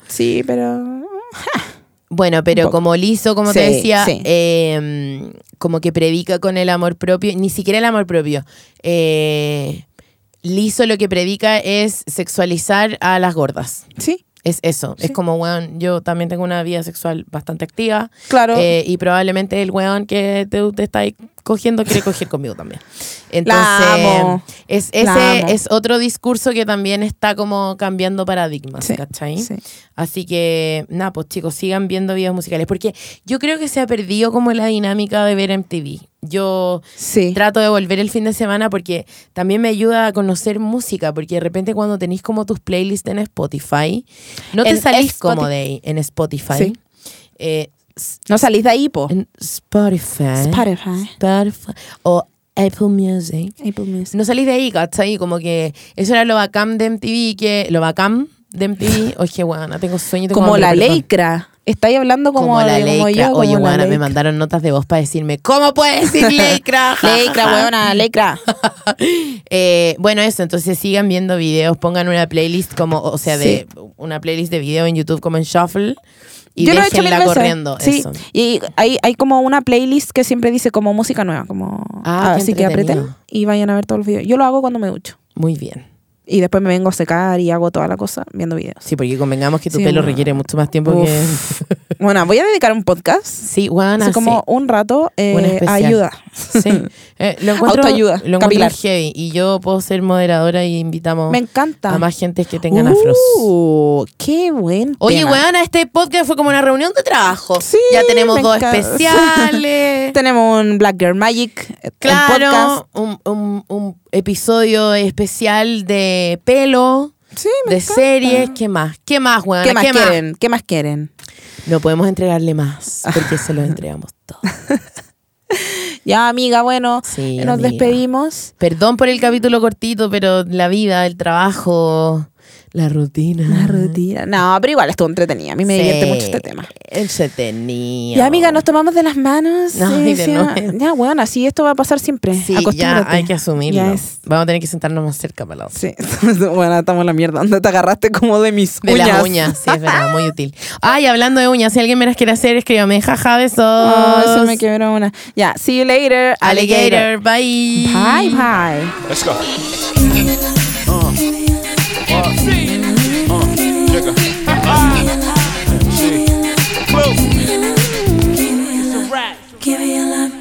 S2: Sí, pero.
S3: bueno,
S2: Un
S3: pero
S2: poco.
S3: como Lizo, como te
S2: Sí,
S3: decía,
S2: sí.
S3: eh, como que predica con el amor propio, ni siquiera el amor propio. Eh, Lizo lo que predica es sexualizar a las gordas.
S2: Sí,
S3: Es eso. Es como, weón, yo también tengo una vida sexual bastante activa.
S2: claro.
S3: eh, y probablemente el weón que te, te está ahí cogiendo quiere coger conmigo también. Entonces,
S2: [LAUGHS] La amo.
S3: Es,
S2: La
S3: ese
S2: amo.
S3: es otro discurso que también está como cambiando paradigmas,
S2: Sí,
S3: ¿cachai?
S2: sí.
S3: Así que, nada, pues chicos, sigan viendo videos musicales. Porque yo creo que se ha perdido como la dinámica de ver MTV. Yo
S2: Sí.
S3: trato de volver el fin de semana porque también me ayuda a conocer música, porque de repente cuando tenéis como tus playlists en Spotify, no te
S2: En
S3: salís
S2: Spoti-
S3: como de ahí en Spotify.
S2: Sí.
S3: Eh,
S2: No salís de ahí, po.
S3: en Spotify,
S2: Spotify. pues,
S3: Spotify o Apple Music.
S2: Apple Music.
S3: No salís de ahí, ¿cachai? Como que eso era lo bacán de MTV, que lo bacán de
S2: [LAUGHS]
S3: MTV. Oye, guana, tengo sueño. tengo
S2: como
S3: hambre,
S2: la
S3: perdón.
S2: leicra. Estáis hablando como,
S3: Como, la
S2: de- como
S3: Leicra.
S2: yo.
S3: Oye,
S2: como la
S3: guana, me
S2: leicra.
S3: mandaron notas de voz para decirme, ¿cómo puedes
S2: [LAUGHS]
S3: decir Leicra? Ja, ja,
S2: Leicra,
S3: ja. [LAUGHS]
S2: weona, leicra.
S3: Eh, bueno, eso, entonces sigan viendo videos, pongan una playlist como, o sea, de una playlist de video en YouTube como en Shuffle y
S2: Yo lo he hecho mil
S3: déjenla
S2: veces.
S3: corriendo.
S2: Sí.
S3: Eso.
S2: Y hay, hay como una playlist que siempre dice como música nueva. Como,
S3: Ah, qué
S2: así que
S3: entretenido.
S2: apreten y vayan a ver todos los videos. Yo lo hago cuando me ducho.
S3: Muy bien.
S2: Y después me vengo a secar y hago toda la cosa viendo videos.
S3: Sí, porque convengamos que tu
S2: Sí,
S3: pelo
S2: bueno.
S3: requiere mucho más tiempo que.
S2: Uf. Bueno, voy a dedicar un podcast.
S3: [LAUGHS] Sí, weón,
S2: así como un rato eh,
S3: Un especial.
S2: a ayuda.
S3: [LAUGHS] Sí. Eh, lo encuentro,
S2: Autoayuda,
S3: lo encuentro
S2: capilar.
S3: heavy. Y yo puedo ser moderadora y invitamos
S2: Me encanta.
S3: a más gente que tengan afros.
S2: Uh, qué buen
S3: Oye,
S2: tema.
S3: weón, este podcast fue como una reunión de trabajo.
S2: Sí,
S3: ya tenemos
S2: me
S3: dos
S2: encanta. [LAUGHS]
S3: especiales.
S2: Tenemos un Black Girl Magic, eh, un podcast.
S3: claro, un, un- un episodio especial de pelo,
S2: Sí, me
S3: de
S2: encanta.
S3: series. ¿Qué más? ¿Qué más, weón?
S2: ¿Qué más quieren? ¿Qué más quieren?
S3: No podemos entregarle más porque
S2: [LAUGHS]
S3: se lo entregamos todo.
S2: Ya, amiga, bueno,
S3: Sí,
S2: nos
S3: amiga.
S2: despedimos.
S3: Perdón por el capítulo cortito, pero la vida, el trabajo, la rutina.
S2: La rutina. No, pero igual estuvo entretenida. A mí me
S3: Sí,
S2: divierte mucho este tema.
S3: Entretenido.
S2: Ya, amiga, nos tomamos de las manos.
S3: No,
S2: eh,
S3: y de
S2: sí,
S3: nuevo.
S2: Ya, bueno, así esto va a pasar siempre.
S3: Sí, ya
S2: Acostúmbrate.
S3: hay que asumirlo.
S2: Ya es-
S3: Vamos a tener que sentarnos más cerca para la otra.
S2: Sí, [LAUGHS] bueno, estamos en la mierda. ¿Dónde te agarraste como de mis
S3: De
S2: uñas?
S3: las uñas, sí, es verdad, muy útil. [LAUGHS] Ay, hablando de uñas, si alguien me las quiere hacer, escríbame. Jaja, besos. Ah,
S2: Oh, se me quebró una. Ya, see you later, alligator.
S3: Alligator, bye.
S2: Bye, bye.
S1: Let's go. Uh. Walk. Uh. Jigga. Ah. She. Close.
S4: Give me your love.